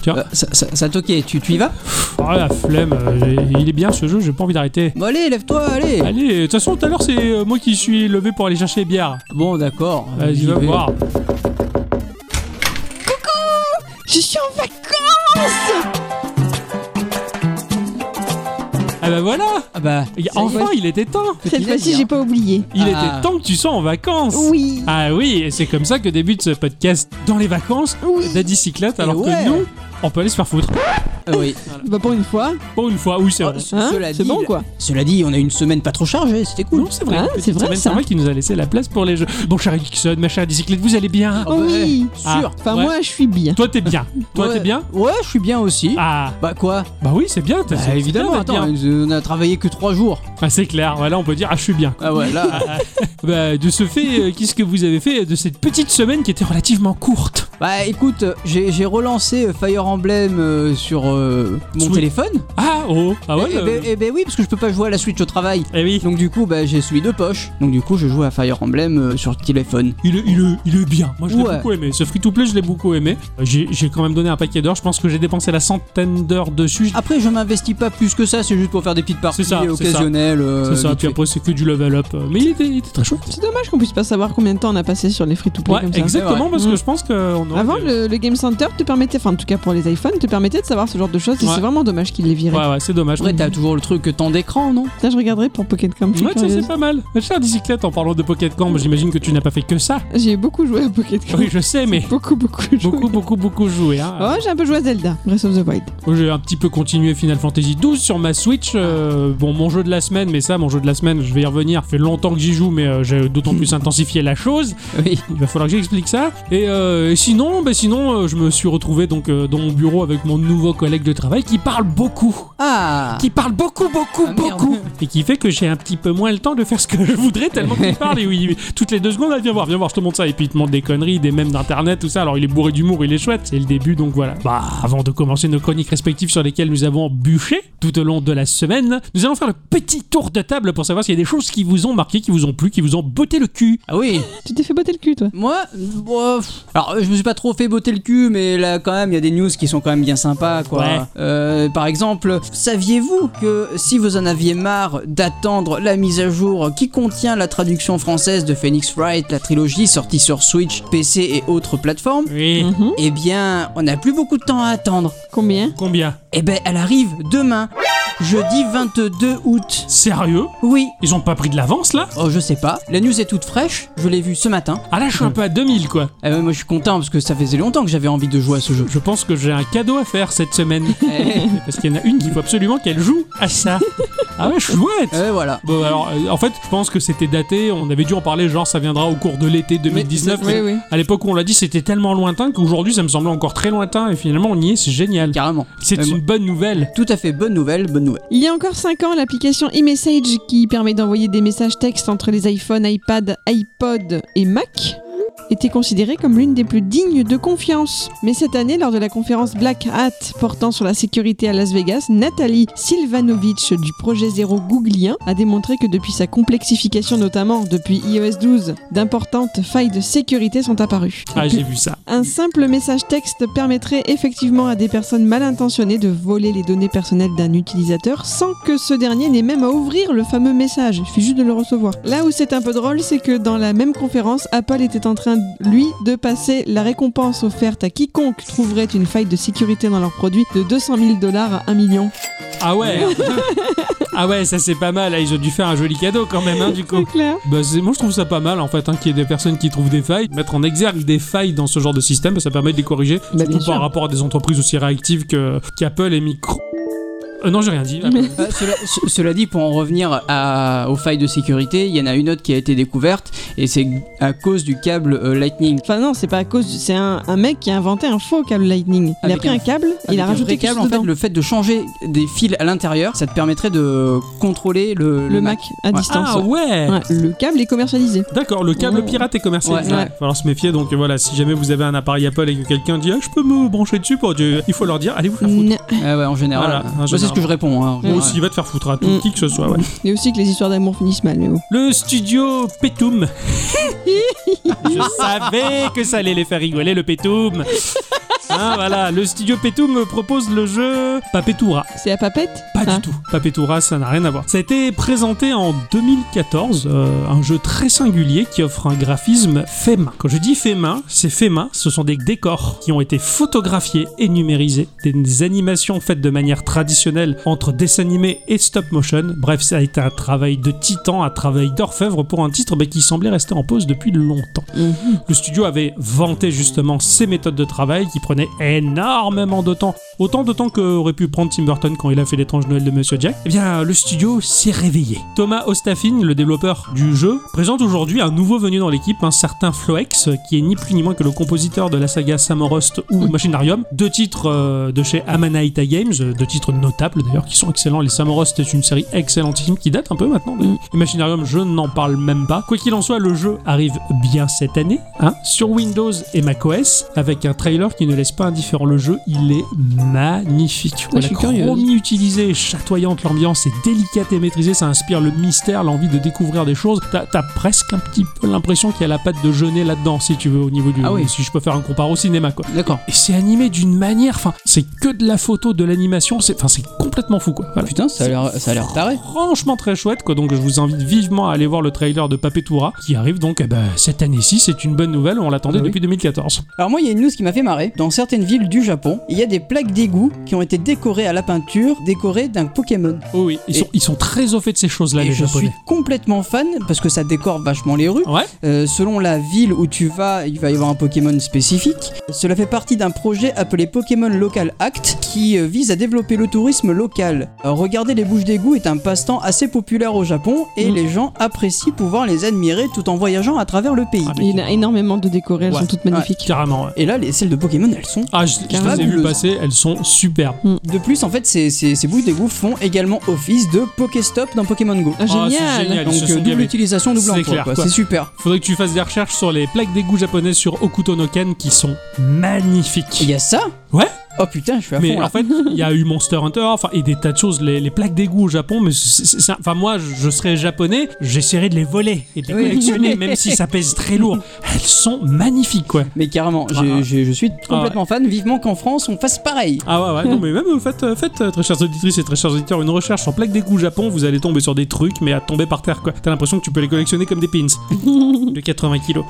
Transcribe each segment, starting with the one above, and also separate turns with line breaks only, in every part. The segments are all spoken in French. Tiens.
Euh, ça, ça, ça toquait, tu, tu y vas
Oh la flemme, euh, j'ai- il est bien ce jeu, j'ai pas envie d'arrêter.
Bon allez, lève-toi, allez
Allez, de toute façon, tout à l'heure, c'est euh, moi qui suis levé pour aller chercher les bières.
Bon d'accord.
Vas-y,
j'y
va
vais.
voir.
Je suis en vacances
Ah bah voilà
Ah bah,
Il-
ça y est.
Enfin, il était temps
Cette
qu'il a dit,
fois-ci,
hein.
j'ai pas oublié.
Il
Ah.
était temps que tu sois en vacances
Oui.
Ah oui, et c'est comme ça que débute ce podcast dans les vacances
Oui.
d'Adi Cyclette, alors
ouais.
que nous, on peut aller se faire foutre.
Ah oui.
Bah pour une fois.
Pour une fois, oui, c'est vrai.
Oh, ce-
Hein
cela
C'est
dit,
bon quoi
Cela dit, on a une semaine pas trop chargée, c'était cool.
Non, c'est vrai.
Ah,
Petite
c'est vrai,
semaine
ça.
sans moi qui nous a laissé la place pour les jeux. Bon, cher Dixon, ma chère bicyclette, vous allez bien
Oh.
Ah bah,
Oui.
Ah,
Sûr.
Enfin
ouais.
moi je suis bien.
Toi, t'es bien. Toi,
Ouais.
t'es bien
Ouais, je suis bien aussi.
Ah,
Bah quoi
bah oui, c'est bien. t'as-
Bah,
c'est- c'est
évidemment,
bien d'être
attends, euh,
bien.
on a travaillé que trois jours.
Ah, c'est clair. Voilà, on peut dire, ah, je suis bien.
Ah ouais, là.
Bah, de ce fait, euh, qu'est-ce que vous avez fait de cette petite semaine qui était relativement courte
Bah écoute, euh, j'ai j'ai relancé euh, Fire Emblem euh, sur euh, mon
Switch.
téléphone.
Ah, oh, ah ouais
et,
euh,
ben, eh ben oui, parce que je peux pas jouer à la Switch au travail.
eh oui,
Donc du coup, bah, j'ai celui de poche. Donc du coup, je joue à Fire Emblem euh, sur le téléphone.
il, est- il, est- il est bien. Moi, je l'ai
Ouais.
beaucoup aimé. Ce free-to-play, je l'ai beaucoup aimé. Euh, J'ai j'ai quand même donné un paquet d'heures. Je pense que j'ai dépensé la centaine d'heures dessus.
Après, je m'investis pas plus que ça, c'est juste pour faire des petites parties
C'est ça, c'est ça.
occasionnelles. euh,
c'est ça.
vite
Puis
fait.
après, c'est que du level up. Euh, Mais il était, il était très chouette.
C'est dommage qu'on puisse pas savoir combien de temps on a passé sur les free to play
Ouais,
comme ça.
exactement,
vrai.
parce que
Mm.
je pense qu'on aurait.
Avant le, le Game Center te permettait, enfin en tout cas pour les iPhones, te permettait de savoir ce genre de choses et
Ouais.
c'est vraiment dommage qu'ils les viraient.
Ouais, ouais, c'est dommage. Mm.
Après, t'as toujours le truc euh, temps d'écran, non
Tiens, je regarderai pour Pocket Camp. je suis
Ouais, tiens,
curieuse.
c'est pas mal. Ma chère bicyclette, en parlant de Pocket Camp, j'imagine que tu n'as pas fait que ça.
J'ai beaucoup joué à Pocket Camp.
Oui, je sais, mais
Beaucoup, beaucoup, joué.
beaucoup, beaucoup, beaucoup joué. Hein.
Oh, j'ai un peu joué à Zelda, Breath of the Wild.
J'ai un petit peu continué Final Fantasy XII sur ma Switch. euh, bon, mon jeu de la semaine, mais ça, mon jeu de la semaine, je vais y revenir. Ça fait longtemps que j'y joue, mais euh, j'ai d'autant plus intensifié la chose.
Oui.
Il va falloir que j'explique ça. Et, euh, et sinon, bah, sinon euh, je me suis retrouvé donc, euh, dans mon bureau avec mon nouveau collègue de travail qui parle beaucoup.
Ah
qui parle beaucoup, beaucoup,
Ah, merde.
beaucoup. Et qui fait que j'ai un petit peu moins le temps de faire ce que je voudrais tellement qu'il parle. Et oui, toutes les deux secondes, ah, viens voir, viens voir, je te montre ça. Et puis il te montre des conneries, des mèmes d'internet, tout ça. Alors il est bourré d'humour, il est chouette. C'est le début, donc voilà. Bah, avant de commencer nos chroniques respectives sur lesquelles nous avons bûché tout au long de la semaine, nous allons faire le petit tour de table pour savoir s'il y a des choses qui vous ont marqué, qui vous ont plu, qui vous ont botté le cul.
Ah oui
Tu t'es fait botter le cul, toi.
Moi, moi, pff, alors je me suis pas trop fait botter le cul, mais là quand même, il y a des news qui sont quand même bien sympas, quoi.
Ouais.
Euh, par exemple, saviez-vous que si vous en aviez marre d'attendre la mise à jour qui contient la traduction française de Phoenix Wright, la trilogie sortie sur Switch, PC et autres plateformes,
Oui.
Mhm.
eh bien, on n'a plus beaucoup de temps à attendre.
Combien
Combien
Eh ben, elle arrive demain, jeudi 22 août.
Sérieux
Oui.
Ils ont pas pris de l'avance là
Oh, je sais pas. La news est toute fraîche. Je l'ai vue ce matin.
Ah là, je suis un peu à 2000 quoi.
Eh ben, moi, je suis content parce que ça faisait longtemps que j'avais envie de jouer à ce jeu.
Je pense que j'ai un cadeau à faire cette semaine.
Eh.
Parce qu'il y en a une qu'il faut absolument qu'elle joue à ça. Ah ouais, chouette
Et eh, voilà.
Bon alors, euh, en fait, je pense que c'était daté, on avait dû en parler, genre ça viendra au cours de l'été 2019.
Oui, oui.
À l'époque où on l'a dit, c'était tellement lointain qu'aujourd'hui ça me semblait encore très lointain et finalement on y est, c'est génial.
Carrément.
C'est
Euh,
une bonne nouvelle.
Tout à fait, bonne nouvelle, bonne nouvelle.
Il y a encore 5 ans, l'application eMessage qui permet d'envoyer des messages textes entre les iPhone, iPad, iPod et Mac était considérée comme l'une des plus dignes de confiance. Mais cette année, lors de la conférence Black Hat portant sur la sécurité à Las Vegas, Nathalie Silvanovitch du projet zéro googlien a démontré que depuis sa complexification notamment depuis iOS 12, d'importantes failles de sécurité sont apparues.
Ah j'ai vu ça.
Un simple message texte permettrait effectivement à des personnes mal intentionnées de voler les données personnelles d'un utilisateur sans que ce dernier n'ait même à ouvrir le fameux message. Il suffit juste de le recevoir. Là où c'est un peu drôle, c'est que dans la même conférence, Apple était en train, lui, de passer la récompense offerte à quiconque trouverait une faille de sécurité dans leur produit de 200 000 dollars à 1 million.
Ah ouais Ah ouais, ça c'est pas mal, Ah, ils ont dû faire un joli cadeau quand même, hein, du coup.
C'est clair
Bah c'est- moi je trouve ça pas mal en fait, hein, qu'il y ait des personnes qui trouvent des failles. Mettre en exergue des failles dans ce genre de système, bah, ça permet de les corriger.
Bah, bien
Surtout par
sûr.
rapport à des entreprises aussi réactives que qu'Apple et Micro. Euh, non, j'ai rien dit. Apple.
Euh, cela, ce- cela dit, pour en revenir à- aux failles de sécurité, il y en a une autre qui a été découverte et c'est à cause du câble euh, Lightning.
Enfin non, c'est pas à cause... C'est un, un mec qui a inventé un faux câble Lightning. Il
Avec
a pris
un-
un, câble, il
Avec
a
un
rajouté
vrai
quelque
câble,
chose
en fait,
dedans.
le fait de changer des fils à l'intérieur, ça te permettrait de contrôler le,
le, Mac, à
Ouais.
distance.
Ah ouais,
Ouais, le câble est commercialisé.
D'accord, le câble
Ouais.
pirate est commercialisé.
Ouais.
Il va falloir se méfier, donc voilà, si jamais vous avez un appareil Apple et que quelqu'un dit ah, je peux me brancher dessus, pour Dieu, il faut leur dire allez vous faire foutre.
Non.
Ah ouais, en général.
Voilà, en
euh, moi, c'est
général.
ce que je réponds. hein, en
Moi
Ou
général.
s'il va te faire foutre à tout
Mm.
qui que ce soit. ouais.
Et aussi que les histoires d'amour finissent mal, mais bon.
Le studio Petoum. je savais que ça allait les faire rigoler, le Petoum. Hein, voilà, le studio Petou me propose le jeu Papetura.
C'est à papette
Pas
Ah.
du tout. Papetura, ça n'a rien à voir. Ça a été présenté en 2014, euh, un jeu très singulier qui offre un graphisme fait main. Quand je dis fait main, c'est fait main, ce sont des décors qui ont été photographiés et numérisés, des animations faites de manière traditionnelle entre dessin animé et stop motion. Bref, ça a été un travail de titan, un travail d'orfèvre pour un titre mais qui semblait rester en pause depuis longtemps. Le studio avait vanté justement ses méthodes de travail qui prenaient énormément de temps, autant de temps qu'aurait pu prendre Tim Burton quand il a fait l'étrange Noël de Monsieur Jack. Eh bien, le studio s'est réveillé. Thomas Ostafin, le développeur du jeu, présente aujourd'hui un nouveau venu dans l'équipe, un certain Floex, qui est ni plus ni moins que le compositeur de la saga Samorost ou Machinarium, deux titres euh, de chez Amanaita Games, euh, deux titres notables d'ailleurs qui sont excellents. Les Samorost est une série excellentissime qui date un peu maintenant. d'ailleurs. Et Machinarium, je n'en parle même pas. Quoi qu'il en soit, le jeu arrive bien cette année, hein, sur Windows et macOS, avec un trailer qui ne laisse pas indifférent le jeu. Il est magnifique.
Ouais, je suis curieuse.
chromie utilisée est chatoyante, l'ambiance est délicate et maîtrisée, ça inspire le mystère, l'envie de découvrir des choses. T'as t'as presque un petit peu l'impression qu'il y a la patte de jeûner là-dedans, si tu veux, au niveau du.
Ah oui.
Si je peux faire un comparo au cinéma, quoi.
D'accord.
Et c'est animé d'une manière, enfin, c'est que de la photo, de l'animation, c'est enfin, c'est complètement fou, quoi. Voilà.
Putain, ça a l'air, ça a l'air taré.
Franchement très chouette quoi, donc je vous invite vivement à aller voir le trailer de Papetura qui arrive donc eh ben, cette année-ci, c'est une bonne nouvelle, on l'attendait
Ah oui.
depuis 2014.
Alors moi, il y a une news qui m'a fait marrer. Dans certaines villes du Japon, il y a des plaques d'égout qui ont été décorées à la peinture, décorées d'un Pokémon.
Oh oui, ils,
Et-
sont, ils sont très au fait de ces choses-là
Et
les
je
japonais.
suis complètement fan parce que ça décore vachement les rues.
Ouais,
Euh, selon la ville où tu vas, il va y avoir un Pokémon spécifique. Cela fait partie d'un projet appelé Pokémon Local Act qui euh, vise à développer le tourisme local. Euh, regarder les bouches d'égout est un passe-temps assez populaire au Japon et
Mm.
les gens apprécient pouvoir les admirer tout en voyageant à travers le pays.
Ah, mais-
Il y en a énormément de décorées, elles
Ouais.
sont toutes magnifiques.
carrément. ouais.
Et là, les celles de Pokémon, elles sont
Ah, je, je les ai vues
Fabuleuse.
passer, elles sont superbes.
De plus, en fait, ces, ces, ces bouches d'égout font également office de Pokéstop dans Pokémon Go.
Ah,
Ah, c'est
génial.
génial. Elles
Donc
se sont
euh, double
gavées.
utilisation, double
C'est
emploi.
clair,
quoi.
quoi.
C'est super.
Faudrait que tu fasses des recherches sur les plaques d'égout japonaises sur Okuto no Ken qui sont
Et Il
magnifiques.
y a ça
Ouais.
Oh putain, je suis à
Mais
fond
en
là.
fait, il y a eu Monster Hunter, enfin, et des tas de choses, les, les plaques d'égout au Japon, mais c'est- c'est- c'est- enfin, moi, je je serais japonais, j'essaierais de les voler et de les
Oui.
collectionner, même si ça pèse très lourd. Elles sont magnifiques, quoi.
Mais carrément, j'ai-
Ah, ah.
j'ai- je suis complètement fan. Vivement qu'en France, on fasse pareil.
Ah ouais, ouais, non, mais même, euh, faites, euh, faites, euh, très chères auditrices et très chers auditeurs, une recherche sur plaques d'égout Japon, vous allez tomber sur des trucs, mais à tomber par terre, quoi. T'as l'impression que tu peux les collectionner comme des pins de 80 kilos.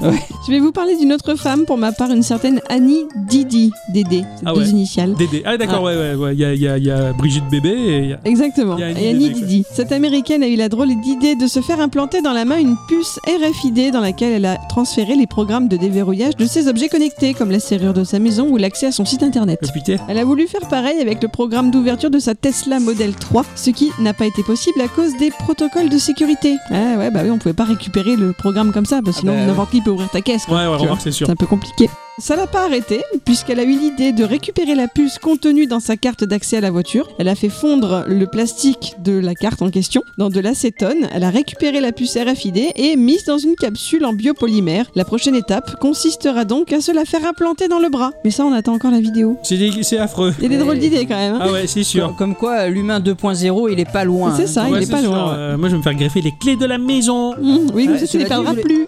Je vais vous parler d'une autre femme, pour ma part, une certaine Annie Didi, DD, c'est
Ah
deux
ouais.
initiales.
Dédé. Ah, d'accord, ouais, ouais, ouais. Il y a, il y a- il y a Brigitte Bébé et il y a-
Exactement.
Il y a Annie
Et Annie
Didi, quoi.
Didi. Cette américaine a eu la drôle d'idée de se faire implanter dans la main une puce RFID dans laquelle elle a transféré les programmes de déverrouillage de ses objets connectés, comme la serrure de sa maison ou l'accès à son site internet.
Oh, putain.
Elle a voulu faire pareil avec le programme d'ouverture de sa Tesla Model 3, ce qui n'a pas été possible à cause des protocoles de sécurité. Ah ouais, bah oui, on pouvait pas récupérer le programme comme ça, parce que
Ah bah
sinon
ouais.
n'importe qui peut ouvrir ta caisse. quoi.
Ouais, ouais,
Tu vois.
remarque, c'est sûr.
C'est un peu compliqué. Ça l'a pas arrêtée, puisqu'elle a eu l'idée de récupérer la puce contenue dans sa carte d'accès à la voiture. Elle a fait fondre le plastique de la carte en question dans de l'acétone. Elle a récupéré la puce RFID et mise dans une capsule en biopolymère. La prochaine étape consistera donc à se la faire implanter dans le bras. Mais ça, on attend encore la vidéo.
C'est des- c'est affreux.
Il y a des drôles d'idées quand même. hein.
Ah ouais, c'est sûr.
Comme- Comme quoi, l'humain 2.0, il est pas loin.
C'est
hein.
ça, il est pas
sûr,
loin, ouais.
euh, moi, je vais me faire greffer les clés de la maison.
Mmh, oui, comme
Ouais,
ça, tu
cela
les
dit,
perdras
je l'ai-
plus.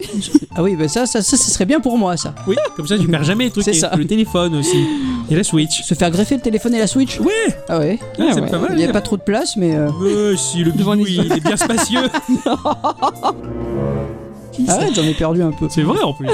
Ah oui, bah ça, ça, ça, ça serait bien pour moi, ça.
Oui, comme ça, tu perds jamais les trucs.
C'est
Et
ça.
Le téléphone aussi. Et la Switch.
Se faire greffer le téléphone et la Switch
Ouais,
Ah ouais.
ouais, c'est
ouais.
pas
Il
mal.
n'y a pas trop de place, mais. euh,
Mais si, le
Devant
bidou,
les-
il est bien spacieux.
Ah ouais, j'en ai perdu un peu.
C'est vrai, en plus.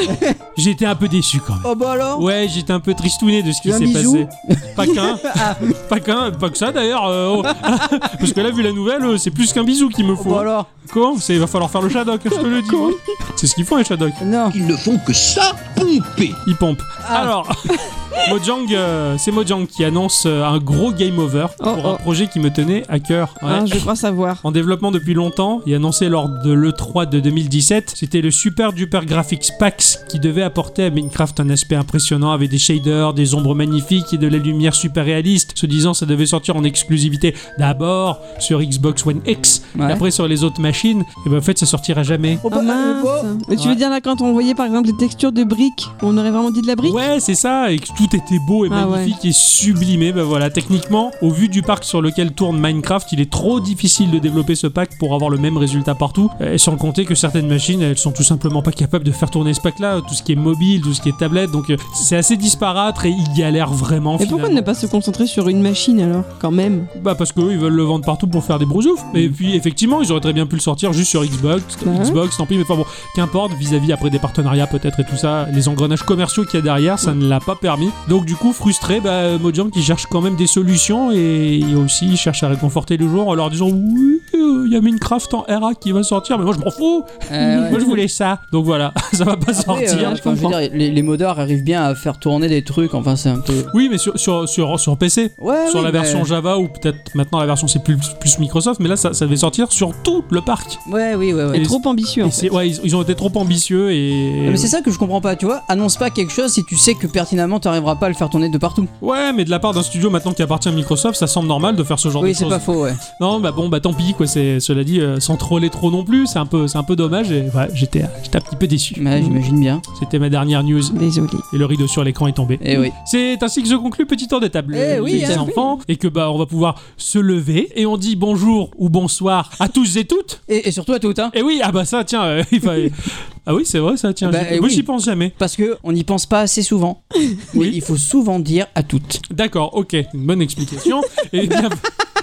J'étais un peu déçu, quand même.
Oh bah alors
Ouais, j'étais un peu tristouné de ce qui
Tu veux un
s'est
bisou
passé. Pas qu'un,
Ah,
pas qu'un, pas que ça d'ailleurs. euh, oh. Parce que là, vu la nouvelle, euh, c'est plus qu'un bisou qu'il me
oh
faut.
bah alors
Comment C'est- Il va falloir faire le Shadok, je te le dis.
Con.
C'est ce qu'ils font, les Shadok.
Non
Ils ne font que ça pomper.
Ils pompent.
Ah.
Alors, Mojang, euh, c'est Mojang qui annonce euh, un gros game over
Oh,
pour
oh.
un projet qui me tenait à cœur. Ouais.
Ah, je crois savoir.
En développement depuis longtemps et annoncé lors de l'E3 de 2017, c'était le Super Duper Graphics PAX qui devait apporter à Minecraft un aspect impressionnant avec des shaders, des ombres magnifiques et de la lumière super réaliste, se disant ça devait sortir en exclusivité d'abord sur Xbox One X
Ouais.
et après sur les autres machines. Et ben en fait, ça sortira jamais.
Oh bah,
Ah,
euh,
mince.
bah,
Mais tu
Ouais.
veux dire là quand on voyait par exemple les textures de briques, on aurait vraiment dit de la brique
Ouais, c'est ça, et que tout tout était beau et
Ah ouais.
magnifique et sublimé. Bah voilà, techniquement, au vu du parc sur lequel tourne Minecraft, il est trop difficile de développer ce pack pour avoir le même résultat partout. Et sans compter que certaines machines, elles sont tout simplement pas capables de faire tourner ce pack-là. Tout ce qui est mobile, tout ce qui est tablette, donc euh, c'est assez disparate et ils galèrent vraiment.
Et pourquoi
finalement.
ne pas se concentrer sur une machine alors, quand même
Bah parce qu'eux ils veulent le vendre partout pour faire des brousoufs. Et
Mm.
puis effectivement ils auraient très bien pu le sortir juste sur Xbox,
Ah
Bah ouais.
Xbox, tant pis, mais enfin bon, qu'importe, vis-à-vis après des partenariats peut-être et tout ça, les engrenages commerciaux qu'il y a derrière,
Mm.
ça ne l'a pas permis. Donc du coup frustré, bah Mojang qui cherche quand même des solutions et aussi ils cherchent à réconforter le joueur en leur disant oui euh, il y a Minecraft en RA qui va sortir, mais moi je m'en fous,
Euh, ouais.
moi je voulais ça. Donc voilà, ça va pas
Après,
sortir.
euh,
je
enfin, je veux
comprends.
dire, les, les modeurs arrivent bien à faire tourner des trucs, enfin c'est un peu.
Oui mais sur, sur, sur, sur PC,
Ouais,
sur
Ah oui, bah,
la
euh. mais-
version Java ou peut-être maintenant la version c'est plus, plus Microsoft, mais là ça, ça devait sortir sur tout le parc.
Ouais, oui, ouais, ouais.
C'est
Et-
trop ambitieux. en
Et
fait.
c'est- ouais, ils, ils ont été trop ambitieux et.
Ah, Mais c'est ça que je comprends pas, tu vois. Annonce pas quelque chose si tu sais que pertinemment t'arriveras pas à le faire tourner de partout.
Ouais, mais de la part d'un studio maintenant qui appartient à Microsoft, ça semble normal de faire ce genre
Oui,
de
c'est
choses.
pas faux, ouais.
Non, bah bon, bah tant pis quoi. C'est cela dit, euh, sans troller trop non plus, c'est un peu, c'est un peu dommage. Et ouais, j'étais, j'étais un petit peu déçu.
Ouais, j'imagine bien.
C'était ma dernière news
Désolé.
et le rideau sur l'écran est tombé.
Et Eh oui.
C'est ainsi que je conclue petit tour des tables,
Eh oui,
les
hein.
enfants, et que bah on va pouvoir se lever et on dit bonjour ou bonsoir à tous et toutes.
Et, et surtout à toutes, hein.
Et oui, ah bah ça, tiens, euh, il fallait- Ah oui, c'est vrai, ça, tiens.
Bah,
j'y-
eh
Moi,
oui.
j'y pense jamais.
Parce que on n'y pense pas assez souvent. Mais
Oui.
il faut souvent dire à toutes.
D'accord, ok, une bonne explication. Et, bien-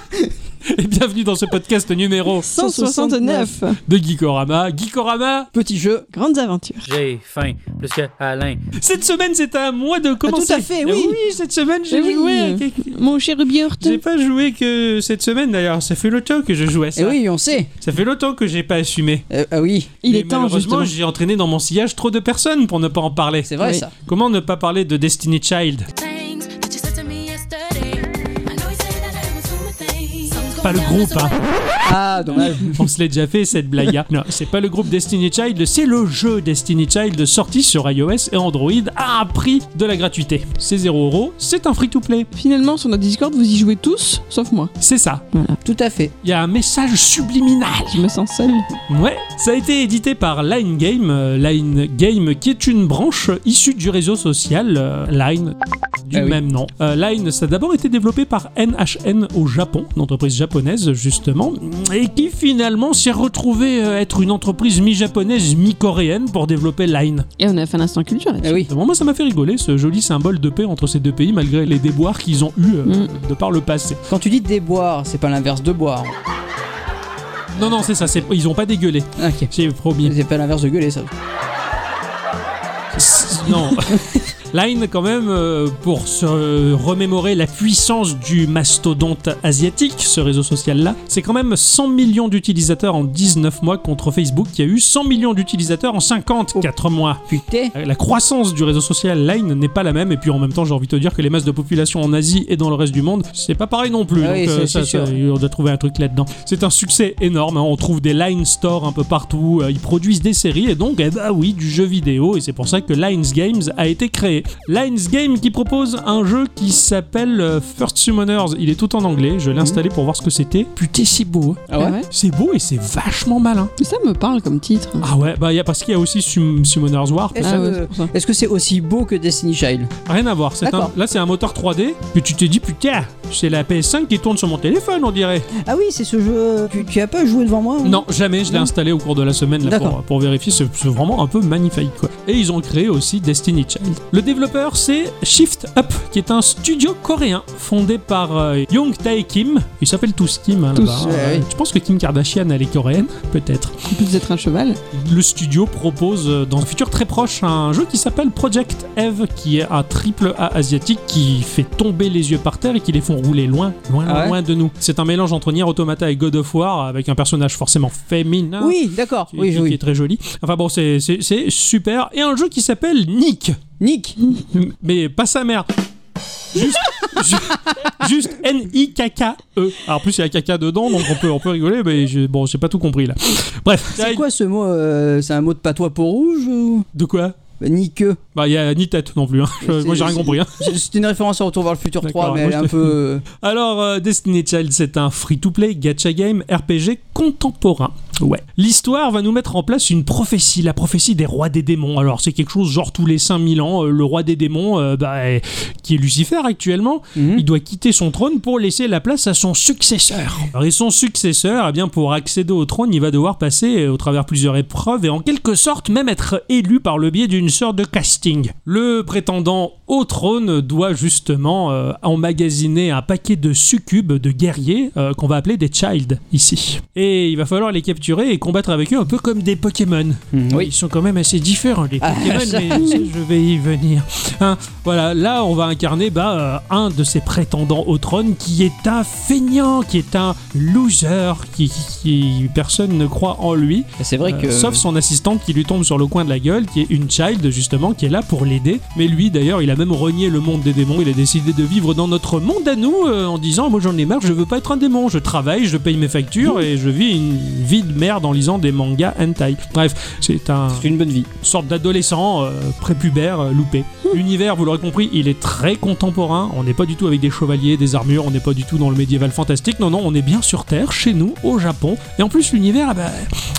et bienvenue dans ce podcast numéro
169
de Geekorama. Geekorama,
Petit jeu.
Grandes aventures.
J'ai faim, plus que Alain.
cette semaine, c'est à moi de commencer.
Ah, tout à fait,
Eh
oui.
cette semaine, j'ai
Eh oui.
joué. à quelque-
Mon cher Björk,
J'ai pas joué que cette semaine d'ailleurs, ça fait longtemps que je jouais à ça.
Et Eh oui, on sait.
Ça fait longtemps que j'ai pas assumé.
Euh, ah oui,
il
Mais
est temps
malheureusement,
justement.
j'ai entraîné dans mon sillage trop de personnes pour ne pas en parler.
c'est vrai
Oui.
ça.
Comment ne pas parler de Destiny Child
things that you said to me yesterday. I know you said that I was doing things. Something's
Pas le
going down,
groupe,
that's
hein.
a
Ah, dommage.
On se l'est déjà fait cette blague. hein. Non, c'est pas le groupe Destiny Child, c'est le jeu Destiny Child sorti sur iOS et Android à un prix de la gratuité. C'est 0 euros, c'est un free-to-play.
Finalement, sur notre Discord, vous y jouez tous, sauf moi.
C'est ça.
Tout à fait.
Il y a un message subliminal.
Je me sens seule.
Ouais. Ça a été édité par Line Game. euh, Line Game qui est une branche issue du réseau social euh, Line du
Ah oui.
même nom. Euh, Line, ça a d'abord été développé par NHN au Japon, une entreprise japonaise justement, et qui finalement s'est retrouvée euh, être une entreprise mi-japonaise, mi-coréenne pour développer Line.
Et on a fait un instant culture là-dessus.
Eh oui.
Bon, moi, ça m'a fait rigoler ce joli symbole de paix entre ces deux pays malgré les déboires qu'ils ont eus euh, de par le passé.
Quand tu dis déboire, c'est pas l'inverse de boire.
Non, non, c'est ça, c'est- ils ont pas dégueulé,
Ok.
c'est promis.
C'est pas l'inverse de gueuler ça.
Non. Line, quand même, euh, pour se euh, remémorer la puissance du mastodonte asiatique, ce réseau social-là, c'est quand même 100 millions d'utilisateurs en 19 mois contre Facebook qui a eu 100 millions d'utilisateurs en 54 mois.
Putain.
Euh, La croissance du réseau social Line n'est pas la même, et puis en même temps, j'ai envie de te dire que les masses de population en Asie et dans le reste du monde, c'est pas pareil non plus.
Ah oui,
donc, euh,
c'est-
ça,
c'est sûr.
ça, on doit trouver un truc là-dedans. C'est un succès énorme. hein. On trouve des Line Store un peu partout. euh, Ils produisent des séries, et donc, eh bah oui, du jeu vidéo, et c'est pour ça que Lines Games a été créé. Lines Game qui propose un jeu qui s'appelle euh, First Summoners. Il est tout en anglais. Je l'ai
Mhm.
installé pour voir ce que c'était. Putain, c'est beau. hein.
Ah ouais.
Ah ouais
C'est beau et c'est vachement malin.
Ça me parle comme titre.
Ah ouais, bah y a, parce qu'il y a aussi Sum- Summoners War.
Est-ce
Ah
que-
ouais, c'est pour ça.
Est-ce que c'est aussi beau que Destiny Child
Rien à voir. C'est un,
D'accord.
là, c'est un moteur 3D que tu te dis, putain, c'est la PS5 qui tourne sur mon téléphone, on dirait.
Ah oui, c'est ce jeu. Tu, tu as pas joué devant moi hein
Non, jamais, je l'ai
Non.
installé au cours de la semaine là,
D'accord.
pour, pour vérifier. C'est c'est vraiment un peu magnifique. Quoi. Et ils ont créé aussi Destiny Child. Le développeur, c'est Shift Up, qui est un studio coréen fondé par euh, Young Tae Kim. Ils s'appellent tous Kim hein,
Tous,
là-bas.
ouais,
Euh,
ouais.
Je pense que Kim Kardashian, elle est coréenne, peut-être.
En plus d'être un cheval.
Le studio propose euh, dans un futur très proche un jeu qui s'appelle Project Eve, qui est un triple A asiatique qui fait tomber les yeux par terre et qui les font rouler loin, loin,
Ah ouais
loin de nous. C'est un mélange entre Nier Automata et God of War avec un personnage forcément féminin.
Oui, d'accord.
Qui,
Oui,
qui- qui est
oui.
très joli. Enfin bon, c'est- c'est c'est super. Et un jeu qui s'appelle Nick,
Nick.
mais pas sa mère. Juste, ju- juste N-I-K-K-E. E. Alors, en plus, il y a caca dedans, donc on peut, on peut rigoler, mais je- bon, j'ai pas tout compris là. Bref,
C'est quoi ce mot euh, C'est un mot de patois pour rouge ou Ben,
de quoi
Nick.
Bah, il y a ni tête non plus. hein.
C'est-
Moi, j'ai rien compris. hein.
C'est une référence à Retour vers le futur 3,
D'accord,
mais
moi,
elle est un
je te-
peu.
Alors, euh, Destiny Child, c'est un free-to-play gacha game RPG contemporain. Ouais. L'histoire va nous mettre en place une prophétie, la prophétie des rois des démons. Alors, c'est quelque chose genre tous les 5000 ans, euh, le roi des démons, euh, bah, est- qui est Lucifer actuellement,
Mhm.
il doit quitter son trône pour laisser la place à son successeur. Alors, et son successeur, eh bien, pour accéder au trône, il va devoir passer euh, au travers plusieurs épreuves et en quelque sorte même être élu par le biais d'une sorte de casting. Le prétendant au trône doit justement euh, emmagasiner un paquet de succubes, de guerriers, euh, qu'on va appeler des child ici. Et il va falloir les capturer et combattre avec eux un peu comme des Pokémon.
euh, hmm.
Ils sont quand même assez différents, les
Ah,
Pokémon,
ça-
mais je- je vais y venir. Hein, voilà, là, on va incarner bah, euh, un de ces prétendants au trône qui est un feignant, qui est un loser, qui, qui- qui- personne ne croit en lui,
C'est vrai que.
euh, sauf son assistante qui lui tombe sur le coin de la gueule, qui est une child, justement, qui est là pour l'aider. Mais lui, d'ailleurs, il a même renié le monde des démons, il a décidé de vivre dans notre monde à nous, euh, en disant, moi j'en ai marre, je veux pas être un démon, je travaille, je paye mes factures, et je vis une vie de merde en lisant des mangas hentai. Bref, c'est un
C'est une bonne vie.
sorte d'adolescent euh, prépubère euh, loupé. L'univers, vous l'aurez compris, il est très contemporain. On n'est pas du tout avec des chevaliers, des armures, on n'est pas du tout dans le médiéval fantastique. Non, non, on est bien sur Terre, chez nous, au Japon. Et en plus, l'univers, eh ben,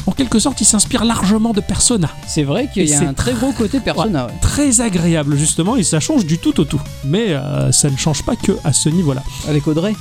en quelque sorte, il s'inspire largement de Persona.
C'est vrai qu'il y
Et
a
c'est
un très gros côté persona. ouais.
Très agréable, justement, et ça change du tout au tout. Mais euh, ça ne change pas que à ce niveau-là.
Avec Audrey.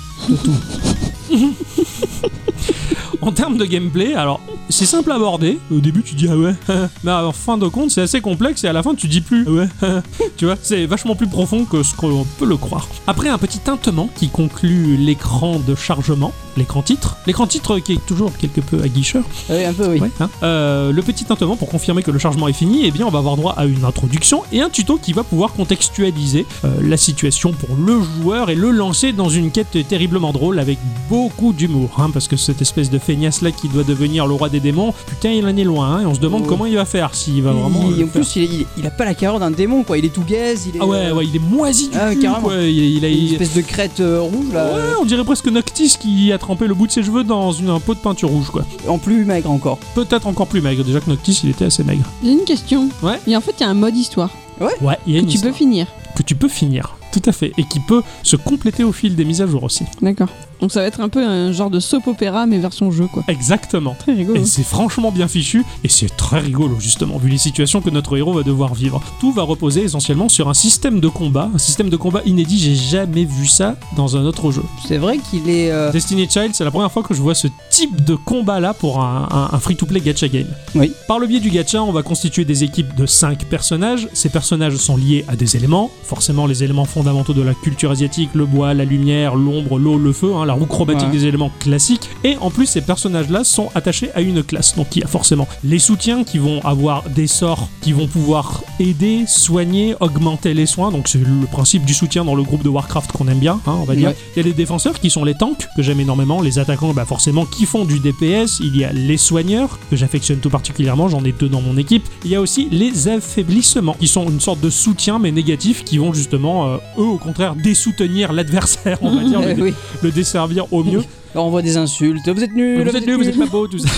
En termes de gameplay, alors c'est simple à aborder. Au début, tu dis ah ouais, mais en fin de compte, c'est assez complexe et à la fin, tu dis plus ah ouais. tu vois, c'est vachement plus profond que ce qu'on peut le croire. Après, un petit tintement qui conclut l'écran de chargement, l'écran titre, l'écran titre qui est toujours quelque peu aguicheur.
Ah Oui, un peu, oui.
Ouais, hein. Euh, le petit tintement pour confirmer que le chargement est fini, eh bien on va avoir droit à une introduction et un tuto qui va pouvoir contextualiser euh, la situation pour le joueur et le lancer dans une quête terriblement drôle avec beaucoup d'humour, hein, parce que cette espèce de feignasse là qui doit devenir le roi des démons, putain il en est loin, hein, et on se demande
Ouais.
comment il va faire, s'il va vraiment...
Oh. Il-
euh,
en
faire-
plus, il, est- il- il a pas la carrière d'un démon, quoi. Il est tout gaze, il est.
Ah ouais,
euh,
ouais, il est moisi du
Ah ouais,
cul,
carrément.
quoi, il, il a...
une
il-
espèce de crête euh, rouge, là.
Ouais, on dirait presque Noctis qui a trempé le bout de ses cheveux dans une, un pot de peinture rouge, quoi.
En plus maigre encore.
Peut-être encore plus maigre, déjà que Noctis, il était assez maigre.
J'ai une question.
Ouais.
Et en fait, il y a un mode histoire
Ouais, il y a
que
une
tu peux
histoire.
finir.
que tu peux finir. Tout à fait. Et qui peut se compléter au fil des mises à jour aussi.
D'accord. Donc ça va être un peu un genre de soap opéra mais version jeu quoi.
Exactement.
Très rigolo.
Et c'est franchement bien fichu, et c'est très rigolo justement, vu les situations que notre héros va devoir vivre. Tout va reposer essentiellement sur un système de combat, un système de combat inédit, j'ai jamais vu ça dans un autre jeu.
C'est vrai qu'il est. euh,
Destiny Child, c'est la première fois que je vois ce type de combat-là pour un, un- un free-to-play gacha game.
Oui.
Par le biais du gacha, on va constituer des équipes de 5 personnages. Ces personnages sont liés à des éléments, forcément les éléments fondamentaux de la culture asiatique, le bois, la lumière, l'ombre, l'eau, le feu, hein, la roue chromatique
Ouais.
des éléments classiques. Et en plus, ces personnages-là sont attachés à une classe. Donc il y a forcément les soutiens qui vont avoir des sorts qui vont pouvoir aider, soigner, augmenter les soins. Donc c'est le principe du soutien dans le groupe de Warcraft qu'on aime bien, hein, on va dire.
Ouais.
Il y a les défenseurs qui sont les tanks, que j'aime énormément, les attaquants, bah forcément, qui font du DPS. Il y a les soigneurs, que j'affectionne tout particulièrement, j'en ai deux dans mon équipe. Il y a aussi les affaiblissements, qui sont une sorte de soutien, mais négatif, qui vont justement, euh, eux, au contraire, dessoutenir l'adversaire, on va dire,
euh,
le,
oui.
le desservir au mieux.
Alors, on voit des insultes. Vous êtes nuls.
Vous êtes nuls, vous êtes pas beaux, tout ça.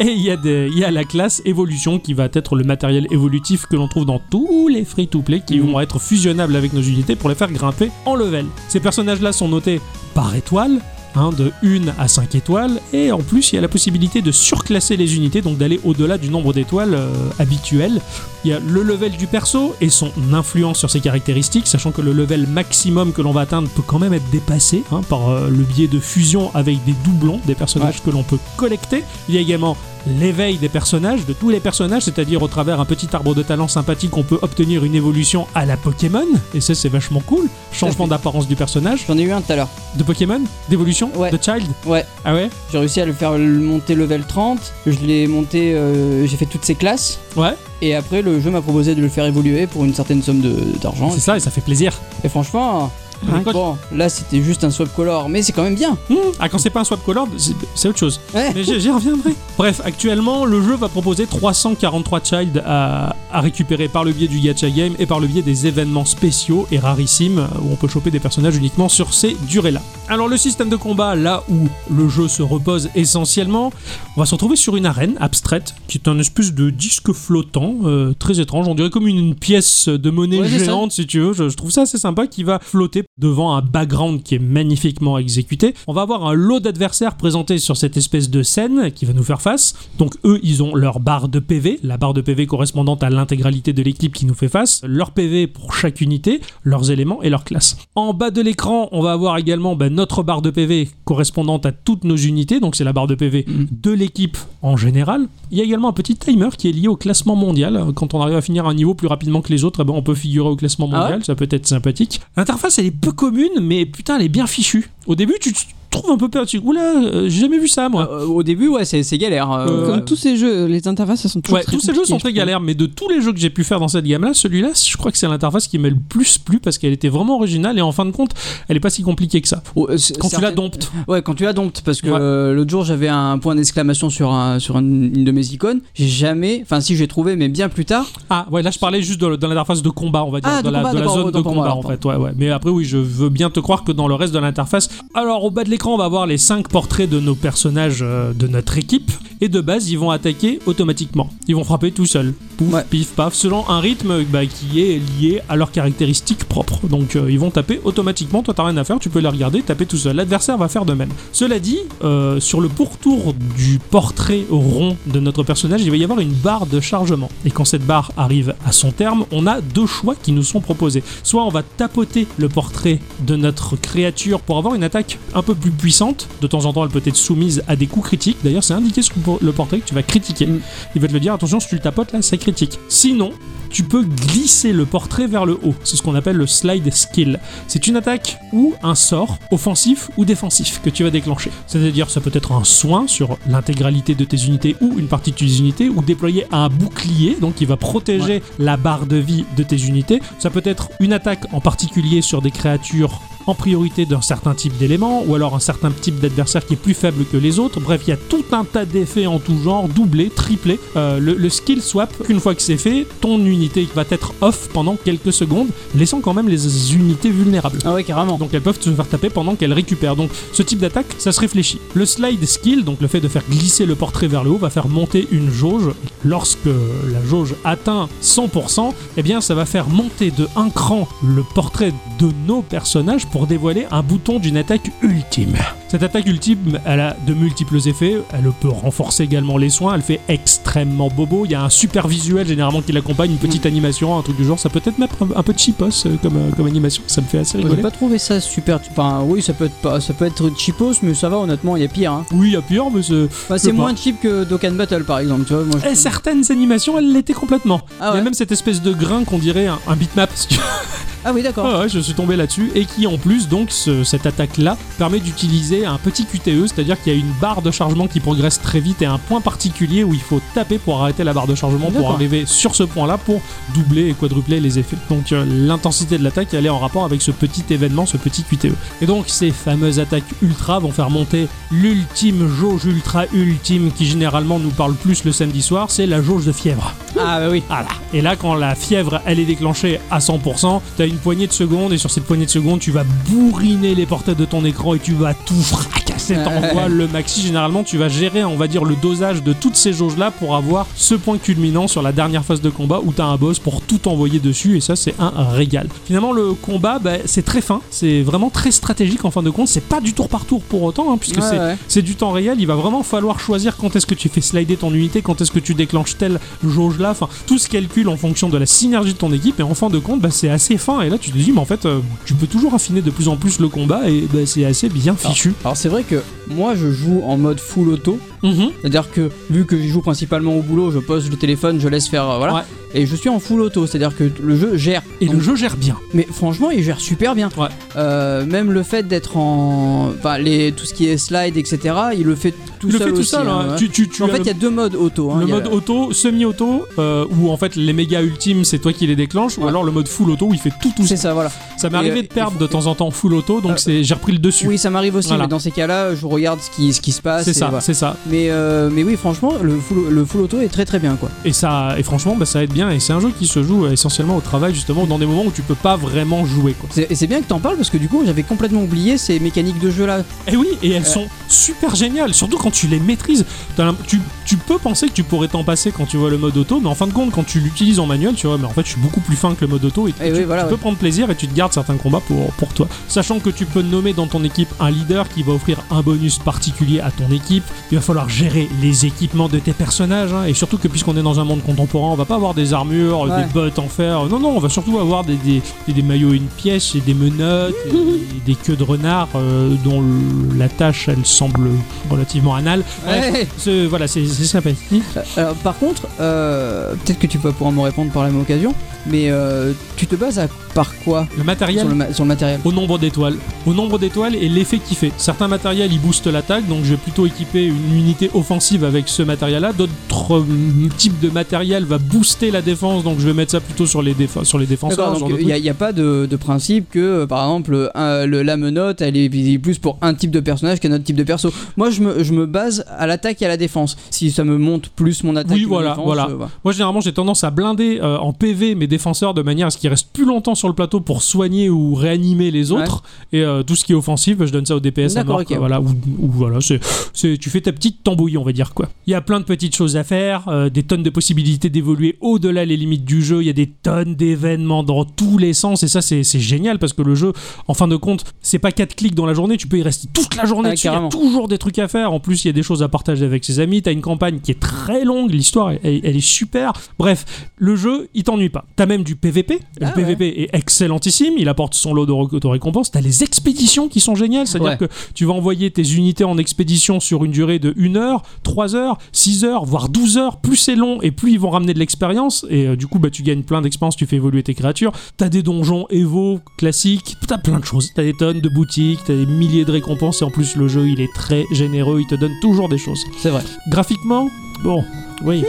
Et il y, a des- il y a la classe évolution qui va être le matériel évolutif que l'on trouve dans tous les free-to-play qui
Mhm.
vont être fusionnables avec nos unités pour les faire grimper en level. Ces personnages-là sont notés par étoile. hein, de 1 à 5 étoiles, et en plus il y a la possibilité de surclasser les unités, donc d'aller au-delà du nombre d'étoiles euh, habituel. Il y a le level du perso et son influence sur ses caractéristiques, sachant que le level maximum que l'on va atteindre peut quand même être dépassé hein, par euh, le biais de fusion avec des doublons des personnages que l'on peut collecter. Il y a également l'éveil des personnages, de tous les personnages, c'est-à-dire au travers un petit arbre de talent sympathique, on peut obtenir une évolution à la Pokémon, et ça c'est vachement cool. Changement d'apparence du personnage,
J'en ai eu un tout à l'heure.
de Pokémon, d'évolution,
Ouais.
de Child.
Ouais.
Ah ouais
J'ai réussi à le faire le- monter level 30. Je l'ai monté. euh, J'ai fait toutes ses classes.
Ouais,
Et après, le jeu m'a proposé de le faire évoluer pour une certaine somme de- d'argent.
c'est ça et ça fait plaisir.
Et franchement,
Ah, quand-
bon, là c'était juste un swap color, mais c'est quand même bien.
Hmm, ah, quand c'est pas un swap color, c'est- c'est autre chose.
Ouais.
Mais j'y j'y reviendrai. Bref, actuellement, le jeu va proposer 343 child à, à récupérer par le biais du gacha game et par le biais des événements spéciaux et rarissimes où on peut choper des personnages uniquement sur ces durées-là. Alors, le système de combat, là où le jeu se repose essentiellement, on va se retrouver sur une arène abstraite qui est un espèce de disque flottant euh, très étrange. On dirait comme une, une pièce de monnaie
Ouais, c'est ça.
géante, si tu veux. Je, je trouve ça assez sympa qui va flotter devant un background qui est magnifiquement exécuté. On va avoir un lot d'adversaires présentés sur cette espèce de scène qui va nous faire face. Donc eux, ils ont leur barre de PV, la barre de PV correspondante à l'intégralité de l'équipe qui nous fait face, leur PV pour chaque unité, leurs éléments et leur classe. En bas de l'écran, on va avoir également bah, notre barre de PV correspondante à toutes nos unités, donc c'est la barre de PV
Mm.
de l'équipe en général. Il y a également un petit timer qui est lié au classement mondial. Quand on arrive à finir un niveau plus rapidement que les autres, eh ben, on peut figurer au classement
Ah ouais
mondial, ça peut être sympathique. L'interface, elle est peu commune, mais putain, elle est bien fichue. Au début, tu te trouves un peu perdu. Tu dis, Oula, euh, j'ai jamais vu ça, moi.
Euh, au début, ouais, c'est c'est galère. euh,
Comme tous ces jeux, les interfaces elles sont toujours
Ouais,
très
tous ces jeux sont
compliquées,
très
je trouve.
galères, mais de tous les jeux que j'ai pu faire dans cette gamme-là, celui-là, je crois que c'est l'interface qui m'a le plus plu parce qu'elle était vraiment originale et en fin de compte, elle est pas si compliquée que ça.
oh, euh, c'est-
Quand tu la
certaines-
domptes,
Ouais, quand tu la domptes, parce que
Ouais.
euh, l'autre jour j'avais un point d'exclamation sur, un, sur une, une de mes icônes. J'ai jamais, enfin si j'ai trouvé, mais bien plus tard.
Ah ouais, là je parlais juste de, dans l'interface de combat, on va dire,
Ah, de
dans la,
combat,
dans la
d'accord,
zone de
autant pour
combat
moi,
en fait. Ouais, ouais. Mais après oui, je veux bien te croire que dans le reste de l'interface. Alors au bas de l'écran, on va voir les 5 portraits de nos personnages euh, de notre équipe et de base, ils vont attaquer automatiquement. Ils vont frapper tout seuls. Pouf,
Ouais.
pif, paf, selon un rythme bah, qui est lié à leurs caractéristiques propres. Donc euh, ils vont taper automatiquement, toi t'as rien à faire, tu peux les regarder, taper tout seul. L'adversaire va faire de même. Cela dit, euh, sur le pourtour du portrait rond de notre personnage, il va y avoir une barre de chargement. Et quand cette barre arrive à son terme, on a deux choix qui nous sont proposés. Soit on va tapoter le portrait de notre créature pour avoir une attaque un peu plus puissante. De temps en temps, elle peut être soumise à des coups critiques. D'ailleurs, c'est indiqué sur le portrait que tu vas critiquer.
Mm.
Il va te le dire, attention, si tu le tapotes là, c'est critique. Sinon, tu peux glisser le portrait vers le haut. C'est ce qu'on appelle le slide skill. C'est une attaque ou un sort offensif ou défensif que tu vas déclencher. C'est-à-dire, ça peut être un soin sur l'intégralité de tes unités ou une partie de tes unités, ou déployer un bouclier, donc qui va protéger la barre de vie de tes unités. Ça peut être une attaque en particulier sur des créatures en priorité d'un certain type d'éléments, ou alors un certain type d'adversaire qui est plus faible que les autres. Bref, il y a tout un tas d'effets en tout genre, doublé, triplé. Euh, le, le skill swap, une fois que c'est fait, ton unité va être off pendant quelques secondes, laissant quand même les unités vulnérables.
Ah ouais, carrément.
Donc elles peuvent se faire taper pendant qu'elles récupèrent. Donc ce type d'attaque, ça se réfléchit. Le slide skill, donc le fait de faire glisser le portrait vers le haut, va faire monter une jauge. Lorsque la jauge atteint 100%, eh bien ça va faire monter de un cran le portrait de nos personnages pour dévoiler un bouton d'une attaque ultime. Cette attaque ultime, elle a de multiples effets. Elle peut renforcer également les soins. Elle fait extrêmement bobo. Il y a un super visuel généralement qui l'accompagne, une petite animation, un truc du genre. Ça peut être même un- un peu cheapos euh, comme, euh, comme animation. Ça me fait assez
J'ai
rigoler.
pas trouvé ça super. Enfin, oui, ça peut être pas, ça peut être cheapos, mais ça va. Honnêtement, il y a pire. hein.
Oui, il y a pire, mais c'est-
Enfin,
Je
c'est
sais
moins cheap que Dokkan Battle, par exemple. Tu vois, moi. je-
Eh, certaines animations, elles l'étaient complètement.
Ah
Il y
ouais.
a même cette espèce de grain qu'on dirait un, un bitmap. si tu veux.
Ah oui, d'accord.
Ah ouais, je suis tombé là-dessus. Et qui, en plus, donc, ce- cette attaque-là permet d'utiliser un petit QTE, c'est-à-dire qu'il y a une barre de chargement qui progresse très vite et un point particulier où il faut taper pour arrêter la barre de chargement pour
D'accord.
arriver sur ce point-là pour doubler et quadrupler les effets. Donc, euh, l'intensité de l'attaque, elle est en rapport avec ce petit événement, ce petit QTE. Et donc ces fameuses attaques ultra vont faire monter l'ultime jauge ultra ultime qui généralement nous parle plus le samedi soir, c'est la jauge de fièvre.
Ah bah oui.
Ah là. Et là quand la fièvre elle est déclenchée à 100%, t'as une poignée de secondes et sur cette poignée de secondes tu vas bourriner les portraits de ton écran et tu vas tout fracasser. T'envoies le maxi. Généralement tu vas gérer on va dire le dosage de toutes ces jauges là pour avoir ce point culminant sur la dernière phase de combat où t'as un boss pour tout envoyer dessus et ça c'est un régal. Finalement le combat bah, c'est très fin, c'est vraiment très stratégique en fin de compte. C'est pas du tour par tour pour autant hein, puisque
Ouais,
c'est
ouais.
c'est du temps réel, il va vraiment falloir choisir quand est-ce que tu fais slider ton unité, quand est-ce que tu déclenches telle jauge là, enfin tout se calcule en fonction de la synergie de ton équipe et en fin de compte bah, c'est assez fin et là tu te dis mais en fait euh, tu peux toujours affiner de plus en plus le combat et bah, c'est assez bien
Ah.
fichu.
Alors c'est vrai que moi je joue en mode full auto,
Mhm.
c'est-à-dire que vu que je joue principalement au boulot, je pose le téléphone, je laisse faire, euh, voilà,
Ouais.
et je suis en full auto, c'est-à-dire que le jeu gère.
Et le
Donc,
jeu gère bien.
Mais franchement, il gère super bien.
Ouais.
Euh, même le fait d'être en, enfin les tout ce qui est slide, etc. Il le fait tout
Tu le
seul
fais tout
aussi,
seul.
hein,
hein.
ouais.
Tu, tu, tu
en
as
fait, il y a deux modes auto. hein,
le
il y a-
mode auto, semi-auto, euh, où en fait les méga ultimes c'est toi qui les déclenches, ou
Ouais.
alors le mode full auto où il fait tout tout
C'est
seul.
ça, voilà.
Ça m'est
Et,
arrivé
euh,
de
il
perdre
faut-
de temps en temps full auto, donc
Euh,
c'est j'ai repris le dessus.
Oui, ça m'arrive aussi,
Voilà.
mais dans ces cas-là, je regarde ce qui, ce qui se passe.
c'est
et
ça,
voilà.
c'est ça.
Mais, euh, mais oui, franchement, le full, le full auto est très très bien quoi.
Et ça, et franchement, bah, ça aide bien. Et c'est un jeu qui se joue euh, essentiellement au travail, justement, dans des moments où tu peux pas vraiment jouer. Quoi.
C'est- Et c'est bien que t'en parles parce que du coup j'avais complètement oublié ces mécaniques de jeu là.
Et oui, et elles sont super géniales, surtout quand tu les maîtrises. T'as l'im- Tu, tu peux penser que tu pourrais t'en passer quand tu vois le mode auto, mais en fin de compte, quand tu l'utilises en manuel, tu vois, mais en fait, je suis beaucoup plus fin que le mode auto. Et,
Et
tu,
oui, voilà,
tu peux prendre plaisir et tu te gardes certains combats pour, pour toi. Sachant que tu peux nommer dans ton équipe un leader qui va offrir un bonus particulier à ton équipe. Il va falloir gérer les équipements de tes personnages, hein, et surtout que puisqu'on est dans un monde contemporain, on va pas avoir des armures,
Ouais.
des bottes en fer. Non, non, on va surtout avoir des, des, des- des maillots et une pièce et des menottes, et des- des queues de renard euh, dont le- la tâche elle semble relativement anale. Bref,
Ouais.
ce- voilà, c'est c'est sympathique.
Alors, euh, par contre, euh, peut-être que tu vas pouvoir me répondre par la même occasion, mais euh, tu te bases à, par quoi
Le matériel.
sur le, ma- sur le matériel
Au nombre d'étoiles. Au nombre d'étoiles et l'effet qu'il fait. Certains matériels ils boostent l'attaque, donc je vais plutôt équiper une unité offensive avec ce matériel-là. D'autres euh, types de matériel va booster la défense, donc je vais mettre ça plutôt sur les, défenses sur les défenseurs.
D'accord,
ce genre
donc
de
il
truc.
n'y a, y a pas de, de principe que, euh, par exemple, un- le, la menotte, elle est visible plus pour un type de personnage qu'un autre type de perso. Moi, je me, je me base à l'attaque et à la défense. Si ça me monte plus mon attaque
Oui,
que ma
voilà,
défense,
voilà.
euh, voilà.
Moi généralement j'ai tendance à blinder euh, en PV mes défenseurs de manière à ce qu'ils restent plus longtemps sur le plateau pour soigner ou réanimer les autres. Et euh, tout ce qui est offensif, je donne ça au DPS à
D'accord,
mort.
ok,
quoi,
ouais.
voilà, ou, ou voilà, c'est, c'est- tu fais ta petite tambouille, on va dire quoi. Il y a plein de petites choses à faire, euh, des tonnes de possibilités d'évoluer au-delà les limites du jeu. Il y a des tonnes d'événements dans tous les sens et ça c'est, c'est génial parce que le jeu, en fin de compte, c'est pas 4 clics dans la journée. Tu peux y rester toute la journée.
Ah,
dessus, il y a
carrément.
toujours des trucs à faire. En plus, il y a des choses à partager avec ses amis. T'as une campagne qui est très longue. L'histoire, elle, elle est super. Bref, le jeu, il t'ennuie pas. T'as même du PVP.
Ah,
le PVP est excellentissime. Il apporte son lot de rec- de récompenses. T'as les expéditions qui sont géniales. C'est-à-dire que tu vas envoyer tes unités en expédition sur une durée de 1 heure, 3 heures, 6 heures, voire 12 heures. Plus c'est long et plus ils vont ramener de l'expérience. Et euh, du coup, bah, tu gagnes plein d'expérience. Tu fais évoluer tes créatures. T'as des donjons Evo classiques, t'as plein de choses. T'as des tonnes de boutiques, t'as des milliers de récompenses et en plus le jeu il est très généreux, il te donne toujours des choses.
C'est vrai.
Graphiquement, bon. Oui,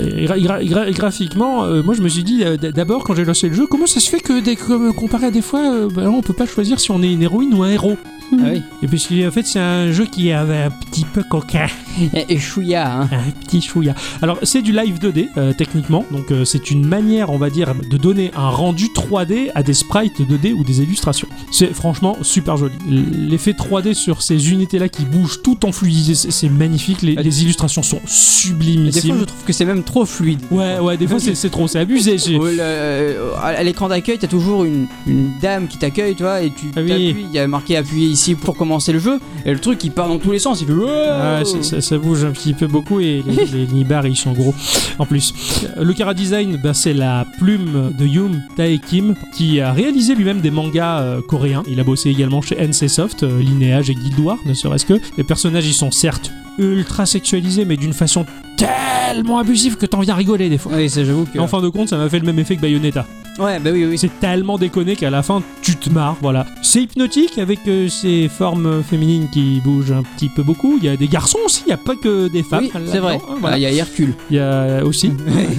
Et gra- gra- gra- graphiquement, euh, moi je me suis dit euh, d- d'abord quand j'ai lancé le jeu, comment ça se fait que dès que, euh, comparé à des fois, euh, bah, on peut pas choisir si on est une héroïne ou un héros
Ah oui.
Et puis en fait c'est un jeu qui est un petit peu coquin.
Et, et chouïa, hein.
Un petit chouïa. Alors, c'est du live 2D, euh, techniquement. Donc, euh, c'est une manière, on va dire, de donner un rendu 3D à des sprites 2D ou des illustrations. C'est franchement super joli. L- L'effet 3D sur ces unités-là qui bougent tout en fluidité, c'est- c'est magnifique.
Ah,
Les, les illustrations sont
Et Des fois, je
sublimissimes.
trouve que c'est même trop fluide.
Ouais, ouais, des fois, c'est c'est trop, c'est abusé. j'ai-
Au- le- euh, à l'écran d'accueil, t'as toujours une, une dame qui t'accueille, tu vois, et tu
Ah oui.
t'appuies, il y a marqué appuyer ici pour commencer le jeu, et le truc il part dans tous les sens, il fait.
Ouais, c'est- ça, ça bouge un petit peu beaucoup et les, les nibards ils sont gros en plus. Le Kara Design, ben, c'est la plume de Yoon Tae Kim qui a réalisé lui-même des mangas euh, coréens. Il a bossé également chez NC Soft, euh, Lineage et Guild Wars, ne serait-ce que. Les personnages ils sont certes ultra sexualisés mais d'une façon tellement abusive que t'en viens rigoler des fois.
Oui, ça j'avoue que.
Et en fin de compte, ça m'a fait le même effet que Bayonetta.
Ouais, bah oui, oui, oui.
C'est tellement déconné qu'à la fin, tu te marres, voilà. C'est hypnotique avec euh, ces formes euh, féminines qui bougent un petit peu beaucoup. Il y a des garçons aussi, il n'y a pas que des femmes.
Oui, c'est vrai.
là-dedans, hein,
Ah,
voilà.
Il y a Hercule.
Il y a aussi.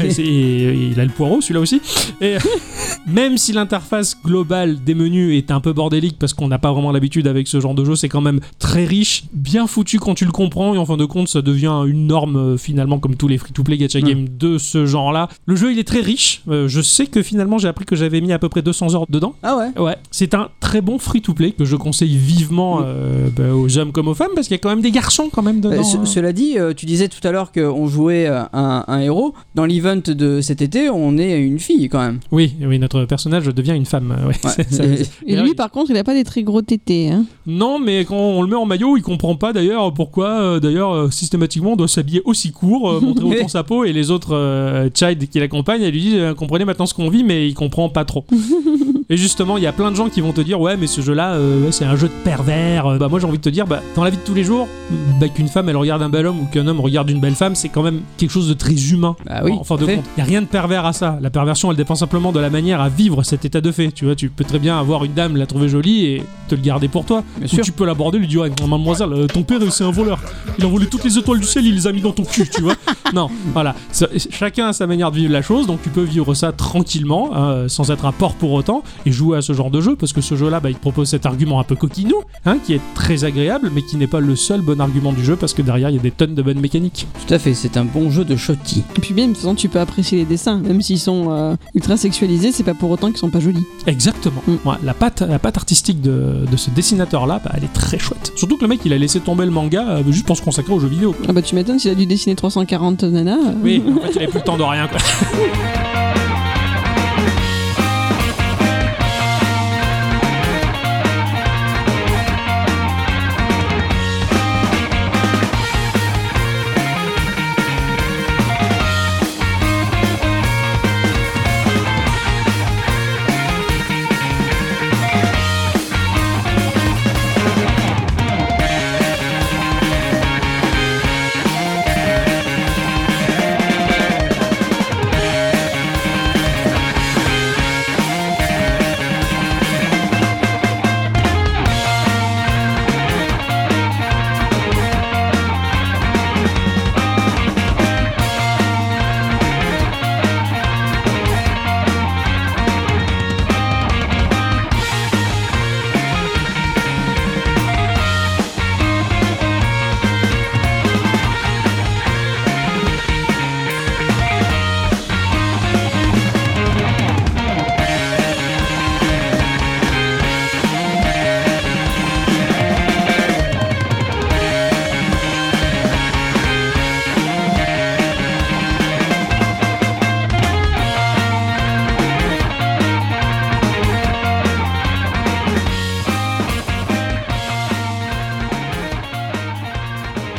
C'est- et il a le poireau, celui-là aussi. Et même si l'interface globale des menus est un peu bordélique parce qu'on n'a pas vraiment l'habitude avec ce genre de jeu, c'est quand même très riche, bien foutu quand tu le comprends. Et en fin de compte, ça devient une norme euh, finalement, comme tous les free-to-play gacha
Mm.
game de ce genre-là. Le jeu, il est très riche. Euh, je sais que finalement, j'ai appris que j'avais mis à peu près 200 heures dedans.
Ah ouais Mm.
Ouais, c'est un très bon free-to-play que je conseille vivement euh, bah, aux hommes comme aux femmes parce qu'il y a quand même des garçons quand même dedans.
Euh, ce-
hein.
Cela dit, euh, tu disais tout à l'heure qu'on jouait euh, un, un héros. Dans l'event de cet été, on est une fille quand même.
Oui, oui, notre personnage devient une femme. euh, ouais.
Ouais.
C'est- ça-
Et
D'ailleurs,
lui,
il-
par contre, il a pas des très gros tétés. Hein.
Non, mais quand on le met en maillot, il comprend pas d'ailleurs pourquoi, euh, d'ailleurs, euh, systématiquement, on doit s'habiller aussi court, euh, montrer autant sa peau, et les autres euh, child qui l'accompagnent, elle lui dit euh, Comprenez maintenant ce qu'on vit, mais il comprend pas trop. et justement, il y a plein de gens qui vont te dire Ouais, mais ce jeu-là, euh, ouais, c'est un jeu de pervers. Euh, Bah, moi, j'ai envie de te dire bah, Dans la vie de tous les jours, bah, qu'une femme, elle regarde un bel homme ou qu'un homme regarde une belle femme, c'est quand même quelque chose de très humain.
Bah oui.
Enfin, de
parfait.
compte, il n'y a rien de pervers à ça. La perversion, elle dépend simplement de la manière à vivre cet état de fait. Tu vois, tu peux très bien avoir une dame, la trouver jolie et te le garder pour toi.
Bien
Ou
sûr.
tu peux l'aborder, lui dire ouais, Mademoiselle, euh, ton père, c'est un voleur. Il a volé toutes les étoiles du ciel, il les a mis dans ton cul, tu vois. Non, voilà. Ça- Chacun a sa manière de vivre la chose, donc tu peux vivre ça tranquillement, hein, sans être un porc pour autant, et jouer à ce genre de jeu, parce que ce jeu-là, bah, il te propose cet argument un peu coquinou, hein, qui est très agréable, mais qui n'est pas le seul bon argument du jeu, parce que derrière, il y a des tonnes de bonnes mécaniques.
Tout à fait, c'est un bon jeu de shotti.
Et puis bien, de toute façon, tu peux apprécier les dessins, même s'ils sont euh, ultra sexualisés, c'est pas pour autant qu'ils sont pas jolis.
Exactement.
Mm.
Ouais, la, patte, la patte artistique de, de ce dessinateur-là, bah, elle est très chouette. Surtout que le mec, il a laissé tomber le manga euh, juste pour se consacrer aux jeux vidéo. quoi.
Ah bah tu m'étonnes, s'il a dû dessiner 340 nanas. euh,
Oui, en fait, il avait plus le temps de rien. Quoi.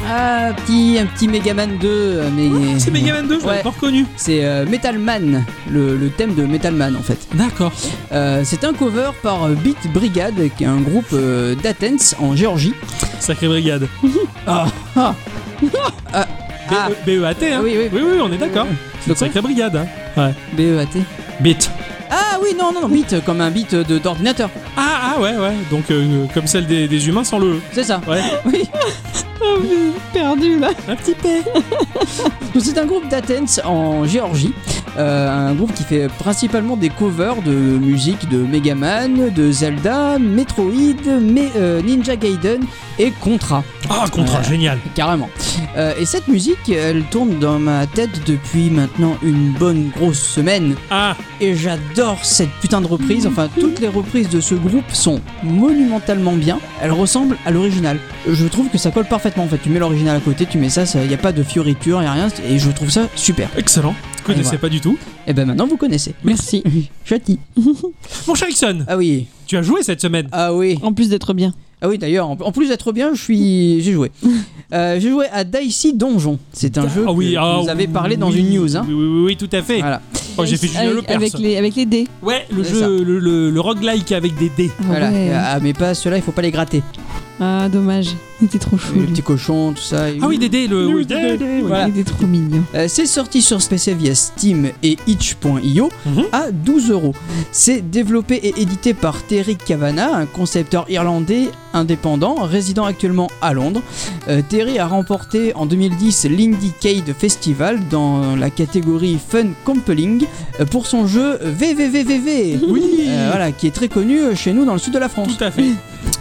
Ah, petit, un petit Megaman 2, euh, mais.
C'est Megaman 2, je l'avais
Ouais.
pas reconnu.
C'est euh, Metal Man, le, le thème de Metal Man en fait.
D'accord.
Euh, c'est un cover par euh, Beat Brigade, qui est un groupe euh, d'Athens en Géorgie.
Sacrée brigade.
Ah, ah, ah, ah,
B-E-A-T, hein.
oui, oui,
Oui, oui, on est d'accord. C'est une
Donc,
sacrée brigade, hein.
B-E-A-T.
Bit.
Ah oui, non, non, non, beat euh, comme un beat euh, de- d'ordinateur.
Ah, ah, ouais, ouais. Donc, euh, comme celle des, des humains sans le E.
C'est ça.
Ouais.
Oui.
oh, mais perdu là.
Un petit peu.
Donc, c'est un groupe d'Athens en Géorgie. Euh, un groupe qui fait principalement des covers de musique de Megaman, de Zelda, Metroid, mais, euh, Ninja Gaiden et Contra.
Ah, contrat,
Ouais.
génial.
Carrément. Euh, et cette musique, elle tourne dans ma tête depuis maintenant une bonne grosse semaine.
Ah,
Et j'adore cette putain de reprise. Enfin, toutes les reprises de ce groupe sont monumentalement bien. Elles ressemblent à l'original. Je trouve que ça colle parfaitement. En fait, tu mets l'original à côté, tu mets ça, il n'y a pas de fioriture, il n'y a rien. Et je trouve ça super.
excellent. Je connaissais
voilà.
pas du tout.
Et ben maintenant, vous connaissez.
Merci.
Chati.
Mon cher Ixon,
Ah oui.
tu as joué cette semaine.
Ah oui.
En plus d'être bien.
Ah oui, d'ailleurs, en en plus d'être bien, je suis, j'ai joué. Euh, j'ai joué à Dicey Donjon. C'est un jeu
ah oui,
que
ah,
vous avez parlé dans
oui,
une news. Hein.
Oui, oui, oui, oui, tout à fait.
Voilà.
Oh, j'ai fait Julien
avec,
Lepers.
avec les, avec les dés.
Ouais, le
C'est
jeu,
ça.
le, le, le roguelike avec des dés.
Ah
Voilà.
ouais.
Ah mais pas ceux-là, il faut pas les gratter.
Ah dommage, il était trop chou.
Les
lui.
petits cochons, tout ça.
Ah oui, des dés, le. oui, des dés, oui.
voilà.
Il était trop mignon.
Euh, c'est sorti sur PC via Steam et itch.io
Mhm.
à 12 euros. C'est développé et édité par Terry Kavanagh, un concepteur irlandais indépendant résidant actuellement à Londres. Euh, Terry a remporté en 2010 l'Indiecade Festival dans la catégorie Fun Compelling euh, pour son jeu VVVVV.
Oui.
Euh, voilà, qui est très connu euh, chez nous dans le sud de la France.
Tout à fait.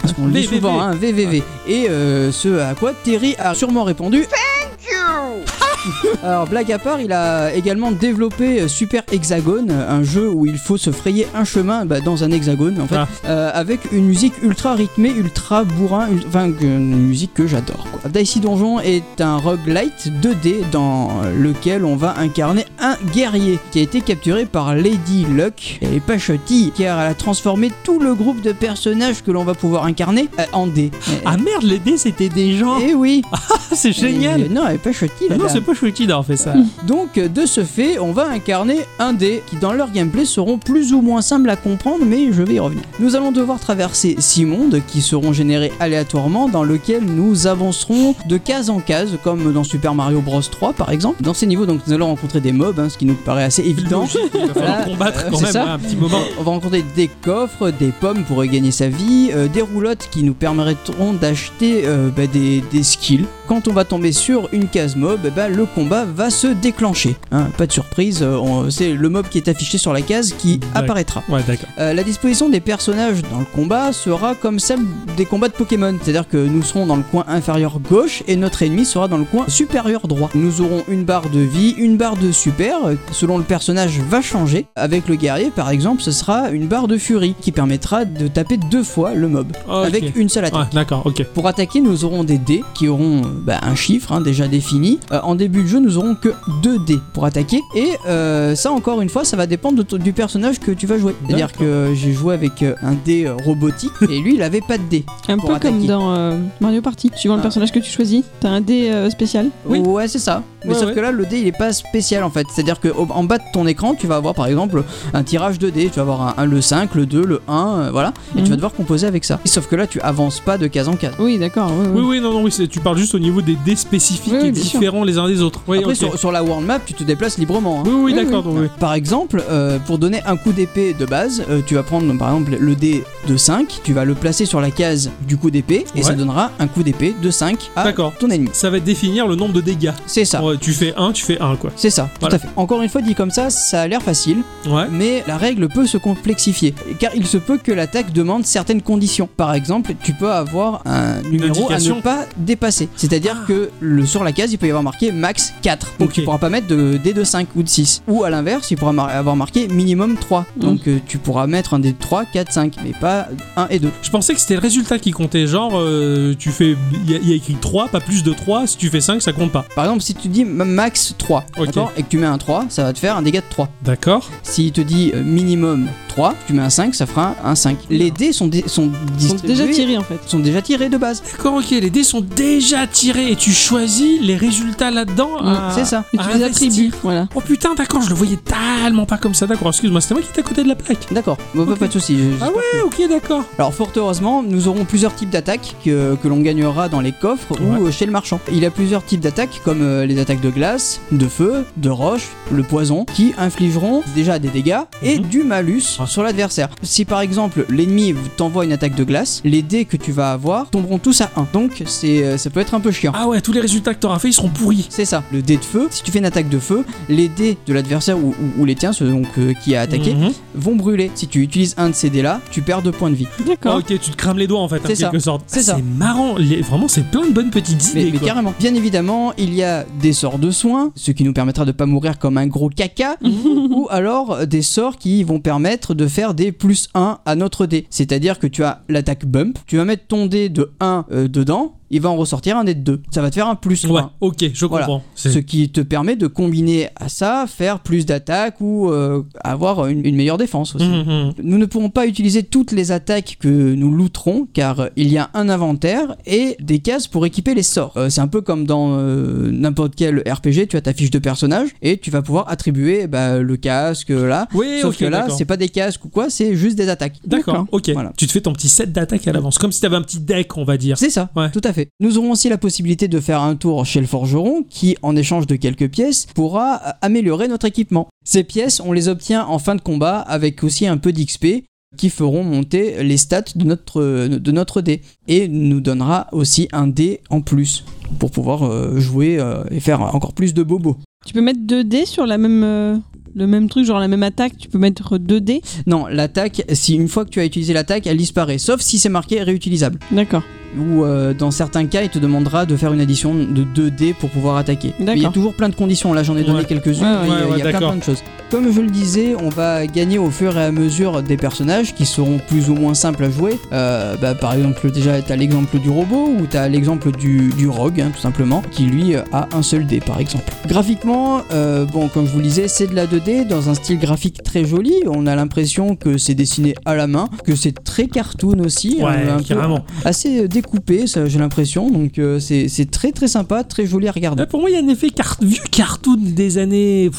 Parce qu'on le dit
VVV.
souvent, hein, VVV. Et euh, ce à quoi Terry a sûrement répondu Thank you Alors, blague à part, il a également développé euh, Super Hexagone, un jeu où il faut se frayer un chemin bah, dans un hexagone, en fait,
Ah.
euh, avec une musique ultra rythmée, ultra bourrin, ul- enfin, que- une musique que j'adore. quoi. Dicey Donjon est un roguelite 2D dans lequel on va incarner un guerrier qui a été capturé par Lady Luck. Elle est pas chutty, car elle a transformé tout le groupe de personnages que l'on va pouvoir incarner euh, en dés.
Ah merde, les dés, c'était des gens.
Eh oui
Ah, c'est génial.
Et- Non, elle est pas chutty, la
non,
dame.
c'est pas chouette, gentil d'avoir fait ça.
Donc, euh, de ce fait, on va incarner un dé qui, dans leur gameplay, seront plus ou moins simples à comprendre, mais je vais y revenir. Nous allons devoir traverser six mondes qui seront générés aléatoirement, dans lequel nous avancerons de case en case, comme dans Super Mario Bros 3 par exemple. Dans ces niveaux, donc, nous allons rencontrer des mobs, hein, ce qui nous paraît assez évident.
Il va falloir
Voilà,
combattre
euh,
quand
c'est
même
ça.
hein, un petit moment.
On va rencontrer des coffres, des pommes pour gagner sa vie, euh, des roulottes qui nous permettront d'acheter euh, bah, des, des skills. Quand on va tomber sur une case mob, eh ben, le combat va se déclencher. hein. pas de surprise, euh, on- c'est le mob qui est affiché sur la case qui
D'accord.
apparaîtra.
Ouais, d'accord.
Euh, la disposition des personnages dans le combat sera comme celle des combats de Pokémon, c'est-à-dire que nous serons dans le coin inférieur gauche et notre ennemi sera dans le coin supérieur droit. Nous aurons une barre de vie, une barre de super, euh, selon le personnage va changer. Avec le guerrier par exemple, ce sera une barre de furie qui permettra de taper deux fois le mob
Ok.
avec une seule attaque.
Ouais, d'accord, ok.
Pour attaquer, nous aurons des dés qui auront euh, bah, un chiffre hein, déjà défini. Euh, en début de jeu, nous aurons que 2 dés pour attaquer. Et euh, ça, encore une fois, ça va dépendre de ton- du personnage que tu vas jouer. C'est-à-dire que j'ai joué avec euh, un dé euh, robotique et lui, il avait pas de dé.
Un
Pour
peu
attaquer.
comme dans euh, Mario Party, suivant
Ah.
le personnage que tu choisis, t'as un dé euh, spécial.
Oui.
Ouais, c'est ça. Mais
Ouais,
sauf
ouais.
que là, le dé, il est pas spécial en fait. C'est-à-dire que au- en bas de ton écran, tu vas avoir par exemple un tirage de dés. Tu vas avoir un, un- le 5, le 2, le 1, euh, voilà. Et tu
Mhm.
vas devoir composer avec ça. Sauf que là, tu avances pas de case en case.
Oui, d'accord. ouais, ouais.
Oui, oui, non, non, oui, c'est- tu parles juste au niveau des dés spécifiques
Oui, oui,
et
bien sûr.
différents les uns des autres. Oui,
Après,
ok.
sur, sur la world map, tu te déplaces librement. hein.
Oui, oui, d'accord.
oui.
donc, oui.
Par exemple, euh, pour donner un coup d'épée de base, euh, tu vas prendre par exemple le dé de 5, tu vas le placer sur la case du coup d'épée et
Ouais.
ça donnera un coup d'épée de 5 à
D'accord.
ton ennemi.
Ça va définir le nombre de dégâts.
C'est Ah. ça.
Ouais, tu fais 1, tu fais 1, quoi.
C'est ça, tout
Voilà.
à fait. Encore une fois, dit comme ça, ça a l'air facile,
Ouais.
mais la règle peut se complexifier, car il se peut que l'attaque demande certaines conditions. Par exemple, tu peux avoir un numéro à
indication.
ne pas dépasser. C'est-à-dire que le, sur la case, il peut y avoir marqué max 4, donc
Ah. Ok.
tu pourras pas mettre de, des de 5 ou de 6. Ou à l'inverse, il pourra mar- avoir marqué minimum 3,
Hmm.
donc euh, tu pourras mettre un des 3, 4, 5, mais pas 1 et 2.
Je pensais que c'était le résultat qui comptait. Genre, euh, tu fais. Il y, a- il y a écrit 3, pas plus de 3. Si tu fais 5, ça compte pas.
Par exemple, si tu dis ma- max 3,
Ok.
d'accord, et que tu mets un 3, ça va te faire un dégât de 3.
D'accord.
S'il te dit euh, minimum 3, tu mets un 5, ça fera un 5. Les dés sont, dé- sont
Ils sont
distribués-
déjà tirés en fait.
sont déjà tirés de base.
D'accord, ok. Les dés sont déjà tirés et tu choisis les résultats là-dedans. à-
C'est ça.
Et
à
tu les
investir.
attribues, voilà.
Oh putain, d'accord, je le voyais tellement pas comme ça. D'accord, excuse-moi, c'était moi qui étais à côté de la plaque.
D'accord, Bon, bah, pas de soucis. je-
Ah ouais, ok, d'accord.
Alors fort heureusement, nous aurons plusieurs types d'attaques que, que l'on gagnera dans les coffres ou
Ouais.
euh, chez le marchand. Il y a plusieurs types d'attaques comme euh, les attaques de glace, de feu, de roche, le poison, qui infligeront déjà des dégâts et
Mhm.
du malus
Ah.
sur l'adversaire. Si par exemple l'ennemi t'envoie une attaque de glace, les dés que tu vas avoir tomberont tous à 1. Donc c'est, euh, ça peut être un peu chiant.
Ah ouais, tous les résultats que t'auras fait, ils seront pourris.
C'est ça, le dé de feu, si tu fais une attaque de feu, les dés de l'adversaire ou, ou- ou les tiens, ceux donc, euh, qui a attaqué,
Mhm.
vont brûler. Si tu utilises un de ces dés là, tu perds 2 points de vie.
Ah,
D'accord.
ok, tu te crames les doigts en fait, en
C'est ça.
quelque sorte.
C'est
Ah,
ça.
C'est marrant, Les- vraiment, c'est plein de bonnes petites
Mais,
idées.
mais
quoi.
carrément. Bien évidemment, il y a des sorts de soins, ce qui nous permettra de pas mourir comme un gros caca, ou alors euh, des sorts qui vont permettre de faire des plus 1 à notre dé. C'est-à-dire que tu as l'attaque bump, tu vas mettre ton dé de 1 euh, dedans, il va en ressortir un dé de 2. Ça va te faire un plus 1.
Ouais, ok, je
Voilà.
comprends. C'est-
Ce qui te permet de combiner à ça, faire plus d'attaques ou euh, avoir une, une meilleure défense aussi.
Mhm, mhm.
Nous ne pourrons pas utiliser toutes les attaques que nous looterons car il y a un inventaire et des cases pour équiper les sorts. Euh, c'est un peu comme dans euh, n'importe quel RPG, tu as ta fiche de personnage et tu vas pouvoir attribuer bah, le casque là.
Oui,
Sauf
ok,
que là,
d'accord.
c'est pas des casques ou quoi, c'est juste des attaques.
D'accord, ok.
Voilà.
Tu te fais ton petit set d'attaque à l'avance, comme si t'avais un petit deck, on va dire.
C'est ça,
Ouais.
tout à fait. Nous aurons aussi la possibilité de faire un tour chez le forgeron qui, en échange de quelques pièces, pourra euh, améliorer notre équipement. Ces pièces, on les obtient en fin de combat avec aussi un peu d'XP qui feront monter les stats de notre, euh, de notre dé et nous donnera aussi un dé en plus pour pouvoir euh, jouer euh, et faire encore plus de bobos.
Tu peux mettre 2 dés sur la même, euh, le même truc, genre la même attaque, tu peux mettre 2 dés.
Non, l'attaque, si une fois que tu as utilisé l'attaque, elle disparaît, sauf si c'est marqué réutilisable.
D'accord.
ou euh, dans certains cas, il te demandera de faire une addition de 2 dés pour pouvoir attaquer. Mais Il y a
D'accord.
toujours plein de conditions, là j'en ai donné
Ouais.
quelques-unes,
Ouais,
il y a-
ouais,
il y a,
ouais,
plein,
d'accord.
plein de choses. Comme je le disais, on va gagner au fur et à mesure des personnages qui seront plus ou moins simples à jouer. Euh, bah, par exemple, déjà, t'as l'exemple du robot ou t'as l'exemple du, du rogue, hein, tout simplement, qui lui euh, a un seul dé, par exemple. Graphiquement, euh, bon, comme je vous le disais, c'est de la 2D dans un style graphique très joli. On a l'impression que c'est dessiné à la main, que c'est très cartoon aussi,
Ouais,
euh, un peu
carrément.
assez coupé, ça, j'ai l'impression. Donc euh, c'est c'est très très sympa, très joli à regarder.
Euh, Pour moi, il y a un effet car- vieux cartoon des années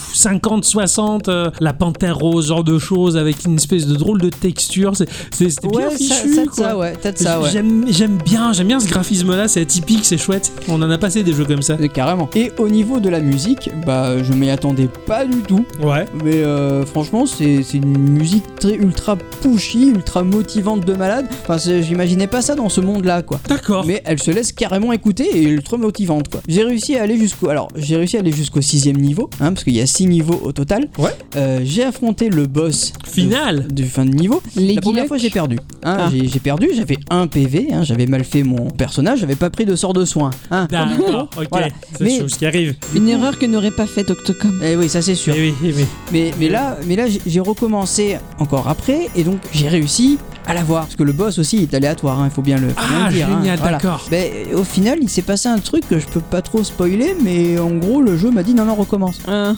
50-60, la panthère rose, genre de choses, avec une espèce de drôle de texture. C'est- c'est- C'était bien
ouais,
fichu.
ça, ça,
quoi.
ça, ouais, t'as de ça, ouais.
J'aime j'aime bien, j'aime bien ce graphisme-là, c'est atypique, c'est chouette. On en a passé des jeux comme ça.
Euh, Carrément. Et au niveau de la musique, bah je m'y attendais pas du tout.
Ouais.
Mais euh, franchement, c'est c'est une musique très ultra pushy, ultra motivante de malade. Enfin, c'est- j'imaginais pas ça dans ce monde-là, quoi.
D'accord.
Mais elle se laisse carrément écouter et ultra motivante, quoi. J'ai réussi à aller jusqu'au. Alors, j'ai réussi à aller jusqu'au sixième niveau, hein, parce qu'il y a six niveaux au total.
Ouais.
Euh, j'ai affronté le boss. de-
Final.
de fin de niveau.
Les
La première
Gilocks.
fois j'ai perdu. Hein,
Ah.
j'ai, j'ai perdu, j'avais un PV, hein, j'avais mal fait mon personnage, j'avais pas pris de sort de soin. Hein.
D'accord, ok.
Voilà.
C'est
Mais-
chose qui arrive.
Une erreur que n'aurait pas faite Octocom.
Eh oui, ça c'est sûr.
Eh oui, eh oui.
Mais, mais là, mais là j'ai- j'ai recommencé encore après et donc j'ai réussi à l'avoir. Parce que le boss aussi est aléatoire, il faut bien le, faut bien
Ah,
le dire. hein.
génial,
Voilà.
d'accord.
Ben, au final, il s'est passé un truc que je peux pas trop spoiler, mais en gros, le jeu m'a dit non, non, recommence.
Ah,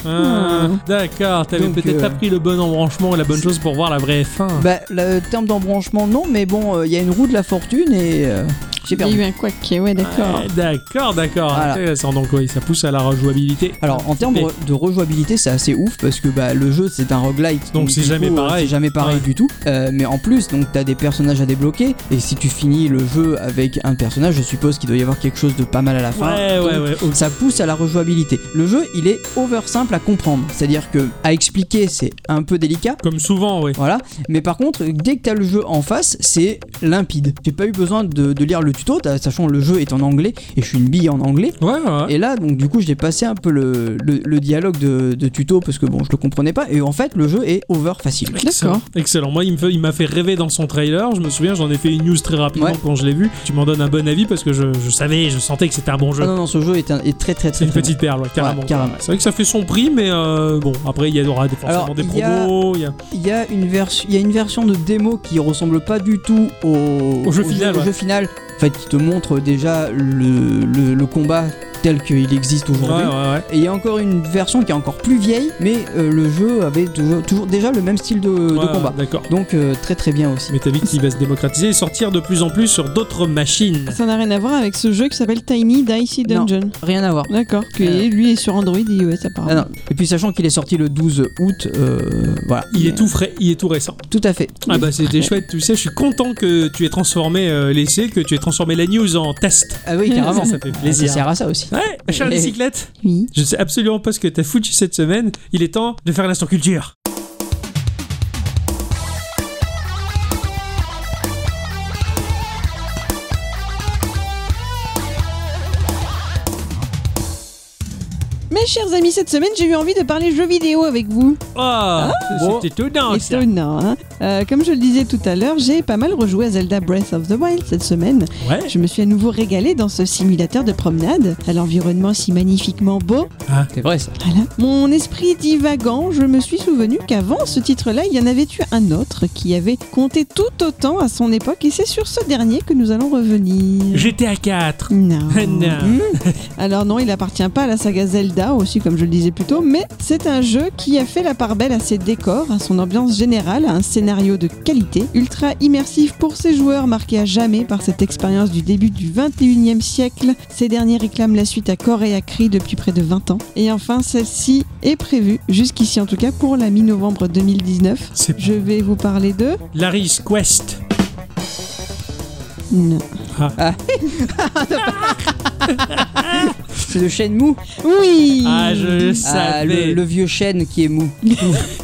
D'accord, t'avais
Hmm. Donc,
peut-être
euh,
pas pris le bon embranchement et la bonne chose pour voir la vraie fin.
Bah, le terme d'embranchement, non, mais bon, euh, il y a une roue de la fortune et euh, j'ai
Il y a
perdu.
eu un quack, ouais, d'accord.
Ouais, D'accord, d'accord.
Bah. Voilà.
Intéressant. Donc oui, ça pousse à la rejouabilité.
Alors en termes
Mais-
de rejouabilité, c'est assez ouf parce que bah, le jeu c'est un roguelite.
Donc, c'est
du
jamais
coup, euh,
pareil.
C'est jamais pareil
Ouais.
du tout. Euh, mais en plus, donc t'as des personnages à débloquer et si tu finis le jeu avec un personnage, je suppose qu'il doit y avoir quelque chose de pas mal à la fin.
ouais,
Donc,
ouais, ouais, ok.
Ça pousse à la rejouabilité. Le jeu, il est over simple à comprendre, c'est-à-dire que à expliquer, c'est un peu délicat.
Comme souvent, oui.
Voilà, mais par contre, dès que t'as le jeu en face, c'est limpide. J'ai pas eu besoin de, de lire le tuto, t'as- sachant que le jeu est en anglais et je suis une bille en anglais.
Ouais, ouais.
Et là, donc du coup, j'ai passé un peu le, le- le dialogue de, de tuto parce que bon, je le comprenais pas. Et en fait, le jeu est over facile.
D'accord.
Excellent. Moi, il me fait- il m'a fait rêver dans son trailer. Je me souviens, j'en ai fait une news très rapidement
Ouais.
quand je l'ai vu. Tu m'en donnes un bon avis parce que je, je savais, je sentais que c'était un bon jeu.
Ah non, non, ce jeu est, un- est très très
C'est
très.
une
très
petite perle, ouais, carrément.
Ouais, carrément.
C'est vrai que ça fait son prix, mais euh, bon, après, il y aura des- forcément
Alors,
des
il y a-
promos. il y a-
bon. Il y a une version, il y a une version de démo qui ressemble pas du tout au,
Au jeu final, ouais.
jeu final. En fait, qui te montre déjà le, le- le combat tel qu'il existe
Ouais,
aujourd'hui.
ouais, ouais.
Et il y a encore une version qui est encore plus vieille, mais euh, le jeu avait toujours, toujours déjà le même style de, de
Ouais,
combat.
D'accord.
Donc euh, très très bien aussi.
Mais t'as vu qu'il va se démocratiser et sortir de plus en plus sur d'autres machines.
Ça n'a rien à voir avec ce jeu qui s'appelle Tiny Dicey
Non.
Dungeon.
Rien à voir.
D'accord. Que
Euh.
lui est sur Android et iOS apparemment.
Ah non. Et puis sachant qu'il est sorti le 12 août, euh, voilà.
Il est tout frais, il est tout récent.
Tout à fait.
Ah bah c'était chouette, tu sais, je suis content que tu aies transformé euh, l'essai, que tu aies transformé la news en test.
Ah oui, carrément.
Ça, ça fait plaisir.
Ça sert à ça aussi.
Ouais, Charles
Eh.
Bicyclette,
Oui.
je sais absolument pas ce que t'as foutu cette semaine, il est temps de faire l'instant culture.
Mes chers amis, cette semaine, j'ai eu envie de parler jeux vidéo avec vous.
Oh,
bon.
c'est étonnant ça.
Étonnant, hein Euh, Comme je le disais tout à l'heure, j'ai pas mal rejoué à Zelda Breath of the Wild cette semaine.
Ouais,
Je me suis à nouveau régalée dans ce simulateur de promenade, à l'environnement si magnifiquement beau.
C'est vrai ça.
Voilà. Mon esprit divagant, je me suis souvenu qu'avant ce titre-là, il y en avait eu un autre qui avait compté tout autant à son époque, et c'est sur ce dernier que nous allons revenir.
GTA 4.
Non. Hmm.
Non.
Alors non, il appartient pas à la saga Zelda aussi, comme je le disais plus tôt, mais c'est un jeu qui a fait la part belle à ses décors, à son ambiance générale, à un scénario de qualité, ultra immersif pour ses joueurs, marqué à jamais par cette expérience du début du 21e siècle. Ces derniers réclament la suite à corps et à cri depuis près de 20 ans. Et enfin, celle-ci est prévue, jusqu'ici en tout cas, pour la mi-novembre 2019.
C'est
Je vais vous parler de...
Larry's Quest.
Non.
C'est le chêne mou.
Oui
Ah, je le
Ah, le,
savais.
le vieux chêne qui est mou.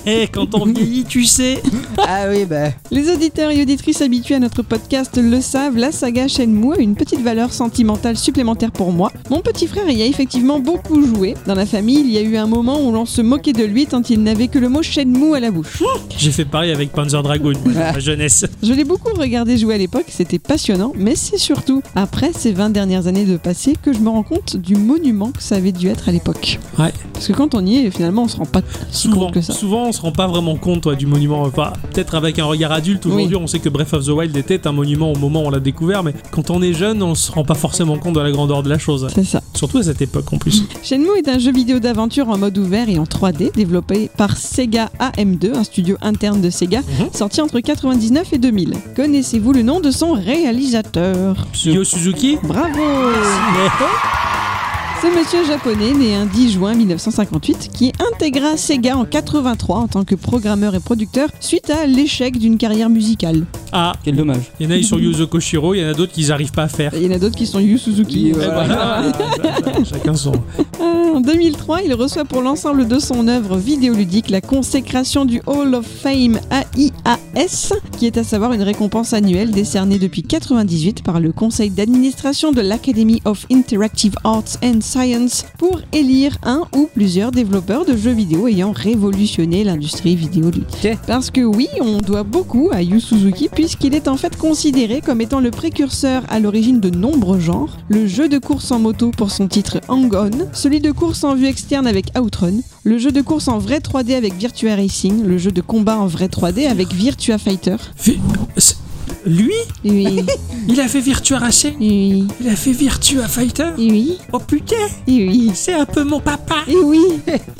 Eh, quand on vieillit, tu sais.
ah oui, bah.
Les auditeurs et auditrices habitués à notre podcast le savent, la saga Shenmue a une petite valeur sentimentale supplémentaire pour moi. Mon petit frère y a effectivement beaucoup joué. Dans la famille, il y a eu un moment où l'on se moquait de lui tant il n'avait que le mot Shenmue à la bouche.
J'ai fait pareil avec Panzer Dragoon, moi, dans ma jeunesse.
Je l'ai beaucoup regardé jouer à l'époque, c'était passionnant, mais c'est surtout après ces 20 dernières années de passé que je me rends compte du monument que ça avait dû être à l'époque.
Ouais.
Parce que quand on y est, finalement, on se rend pas si
Souvent,
compte que ça.
souvent, on se rend pas vraiment compte toi, du monument. Enfin, peut-être avec un regard adulte. Aujourd'hui, on sait que Breath of the Wild était un monument au moment où on l'a découvert, mais quand on est jeune, on se rend pas forcément compte de la grandeur de la chose.
C'est ça.
Surtout à cette époque en plus.
Shenmue est un jeu vidéo d'aventure en mode ouvert et en 3D développé par Sega AM2, un studio interne de Sega,
Mhm.
sorti entre 99 et 2000. Connaissez-vous le nom de son réalisateur
Yo Suzuki
Bravo
Mais-
Ce monsieur japonais, né un 10 juin 1958, qui intégra Sega en 83 en tant que programmeur et producteur suite à l'échec d'une carrière musicale.
Ah,
Quel dommage.
il y en a ils sont Yuzo Koshiro, il y en a d'autres qu'ils arrivent pas à faire.
Il y en a d'autres qui sont Yu Suzuki.
Ouais,
Eh
voilà.
voilà, chacun son.
Ah, En 2003, il reçoit pour l'ensemble de son œuvre vidéoludique la consécration du Hall of Fame AIAS, qui est à savoir une récompense annuelle décernée depuis 1998 par le conseil d'administration de l'Academy of Interactive Arts and Science pour élire un ou plusieurs développeurs de jeux vidéo ayant révolutionné l'industrie vidéoludique.
Ok.
Parce que oui, on doit beaucoup à Yu Suzuki puisqu'il est en fait considéré comme étant le précurseur à l'origine de nombreux genres, le jeu de course en moto pour son titre Hang On, celui de course en vue externe avec Outrun, le jeu de course en vrai 3D avec Virtua Racing, le jeu de combat en vrai 3D avec Virtua Fighter.
Fait- c'est- Lui
Oui,
Il a fait Virtua Racing
oui,
Il a fait Virtua Fighter
oui,
Oh putain
oui,
C'est un peu mon papa
oui,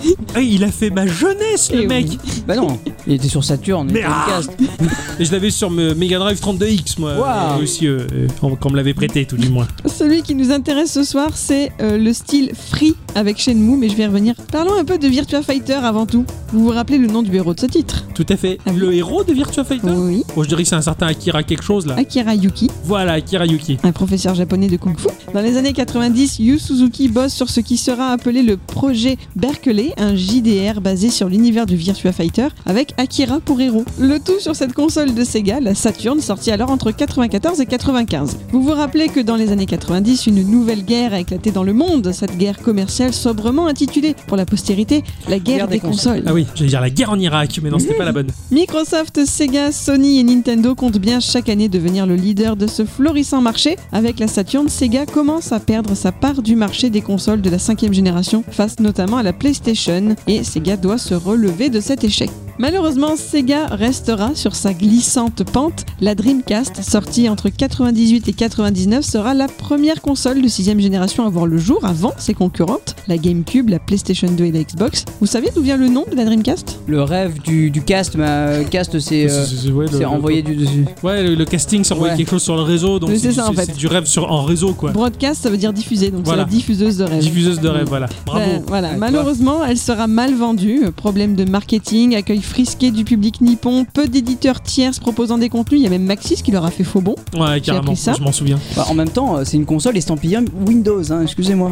oui.
Ah, Il a fait ma jeunesse le
Eh
mec
oui.
Bah non, il était sur Saturn.
Mais ah
Dreamcast.
Et je l'avais sur me- Mega Drive 32X, moi.
Waouh.
euh, aussi, euh, euh, quand quand on me l'avait prêté, tout du moins.
Celui qui nous intéresse ce soir, c'est euh, le style free avec Shenmue, mais je vais y revenir. Parlons un peu de Virtua Fighter avant tout. Vous vous rappelez le nom du héros de ce titre
Tout à fait.
Ah oui.
Le héros de Virtua Fighter
Oui.
Oh, je dirais que c'est un certain Akira quelque chose, là.
Akira Yuki,
Voilà, Akira Yuki.
un professeur japonais de kung fu. Dans les années 90, Yu Suzuki bosse sur ce qui sera appelé le projet Berkeley, un JDR basé sur l'univers du Virtua Fighter avec Akira pour héros. Le tout sur cette console de Sega, la Saturn, sortie alors entre 94 et 95. Vous vous rappelez que dans les années 90, une nouvelle guerre a éclaté dans le monde, cette guerre commerciale sobrement intitulée pour la postérité la guerre, des, consoles.
Ah oui, j'allais dire la guerre en Irak, mais non, c'était pas la bonne.
Microsoft, Sega, Sony et Nintendo comptent bien chaque année devenir le leader de ce florissant marché. Avec la Saturn, Sega commence à perdre sa part du marché des consoles de la cinquième génération, face notamment à la PlayStation, et Sega doit se relever de cet échec. Malheureusement, Sega restera sur sa glissante pente. La Dreamcast, sortie entre 98 et 99, sera la première console de 6 génération à voir le jour avant ses concurrentes, la GameCube, la PlayStation 2 et la Xbox. Vous savez d'où vient le nom de la Dreamcast
Le rêve du, du cast, ma cast, c'est euh,
ouais,
c'est renvoyé du dessus.
Ouais, le, le casting, c'est envoyé
Ouais.
quelque chose sur le réseau, donc
Mais
c'est
c'est ça, en fait.
c'est du rêve sur, en réseau, quoi.
Broadcast, ça veut dire diffuser, donc
Voilà.
c'est la diffuseuse de rêve.
Diffuseuse de rêve, voilà. Bravo.
Ben, voilà.
Ouais,
Malheureusement, elle sera mal vendue. Euh, Problème de marketing, accueil frisqué du public nippon, peu d'éditeurs tierces proposant des contenus. Il y a même Maxis qui leur a fait faux bon.
Ouais, carrément,
appris ça.
je m'en souviens.
Bah, en même temps, euh, c'est une console estampillée Windows, hein, excusez-moi.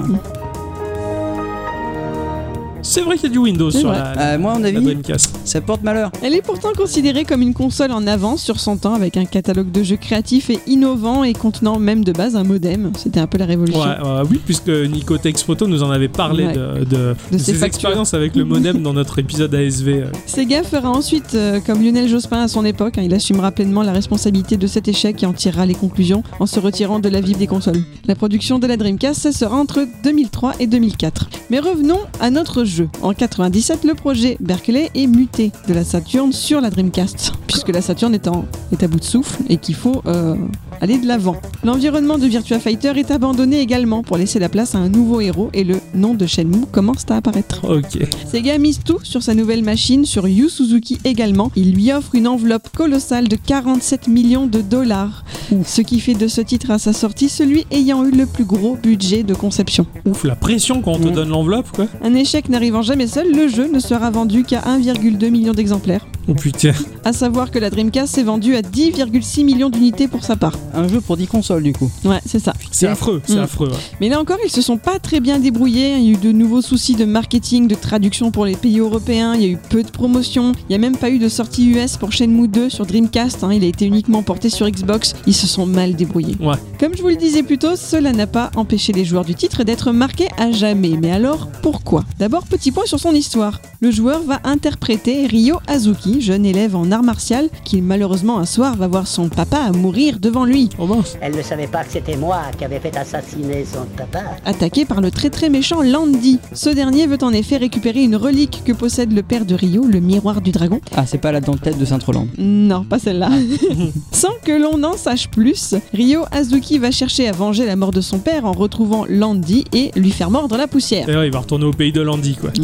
C'est vrai qu'il y a du Windows
C'est
sur
vrai.
Ah, la,
Euh, moi, à mon
la
avis,
Dreamcast.
ça porte malheur.
Elle est pourtant considérée comme une console en avance sur son temps, avec un catalogue de jeux créatifs et innovants et contenant même de base un modem. C'était un peu la
Ouais,
révolution.
ouais, oui, puisque Nico Tex Photo nous en avait parlé
Ouais.
de, de,
De ses
ses
factures.
expériences avec le modem dans notre épisode ASV. euh,
Sega fera ensuite, euh, comme Lionel Jospin à son époque, hein, il assumera pleinement la responsabilité de cet échec et en tirera les conclusions en se retirant de la vie des consoles. La production de la Dreamcast cessera entre 2003 et 2004. Mais revenons à notre jeu. En 97, le projet Berkeley est muté de la Saturn sur la Dreamcast, puisque la Saturn est, en- est à bout de souffle et qu'il faut euh, aller de l'avant. L'environnement de Virtua Fighter est abandonné également pour laisser la place à un nouveau héros et le nom de Shenmue commence à apparaître.
Ok.
Sega mise tout sur sa nouvelle machine, sur Yu Suzuki également. Il lui offre une enveloppe colossale de 47 millions de dollars, ce qui fait de ce titre à sa sortie celui ayant eu le plus gros budget de conception.
Ouf, la pression quand on te
Mm.
donne l'enveloppe, quoi.
Un échec n'arrivant jamais seul, le jeu ne sera vendu qu'à 1,2 million d'exemplaires.
Oh putain.
À savoir que la Dreamcast s'est vendue à 10,6 millions d'unités pour sa part.
Un jeu pour 10 consoles, du coup.
Ouais, c'est ça.
C'est affreux, c'est
Mm.
affreux. hein. ouais.
Mais là encore, ils se sont pas très bien débrouillés. Il y a eu de nouveaux soucis de marketing, de traduction pour les pays européens. Il y a eu peu de promotions. Il n'y a même pas eu de sortie US pour Shenmue 2 sur Dreamcast. hein. Il a été uniquement porté sur Xbox. Ils se sont mal débrouillés.
Ouais.
Comme je vous le disais plus tôt, cela n'a pas empêché les joueurs du titre d'être marqués à jamais. Mais alors, pourquoi D'abord, petit Petit point sur son histoire. Le joueur va interpréter Ryo Azuki, jeune élève en art martial, qui malheureusement un soir va voir son papa mourir devant lui,
Oh mince.
Elle ne savait pas que c'était moi qui avait fait assassiner son papa.
attaqué par le très très méchant Landy. Ce dernier veut en effet récupérer une relique que possède le père de Ryo, le miroir du dragon,
Ah, c'est pas la dentelle de Saint-Roland.
Non, pas celle-là. Sans que l'on n'en sache plus, Ryo Azuki va chercher à venger la mort de son père en retrouvant Landy et lui faire mordre la poussière.
D'ailleurs, il va retourner au pays de Landy, quoi.
Ah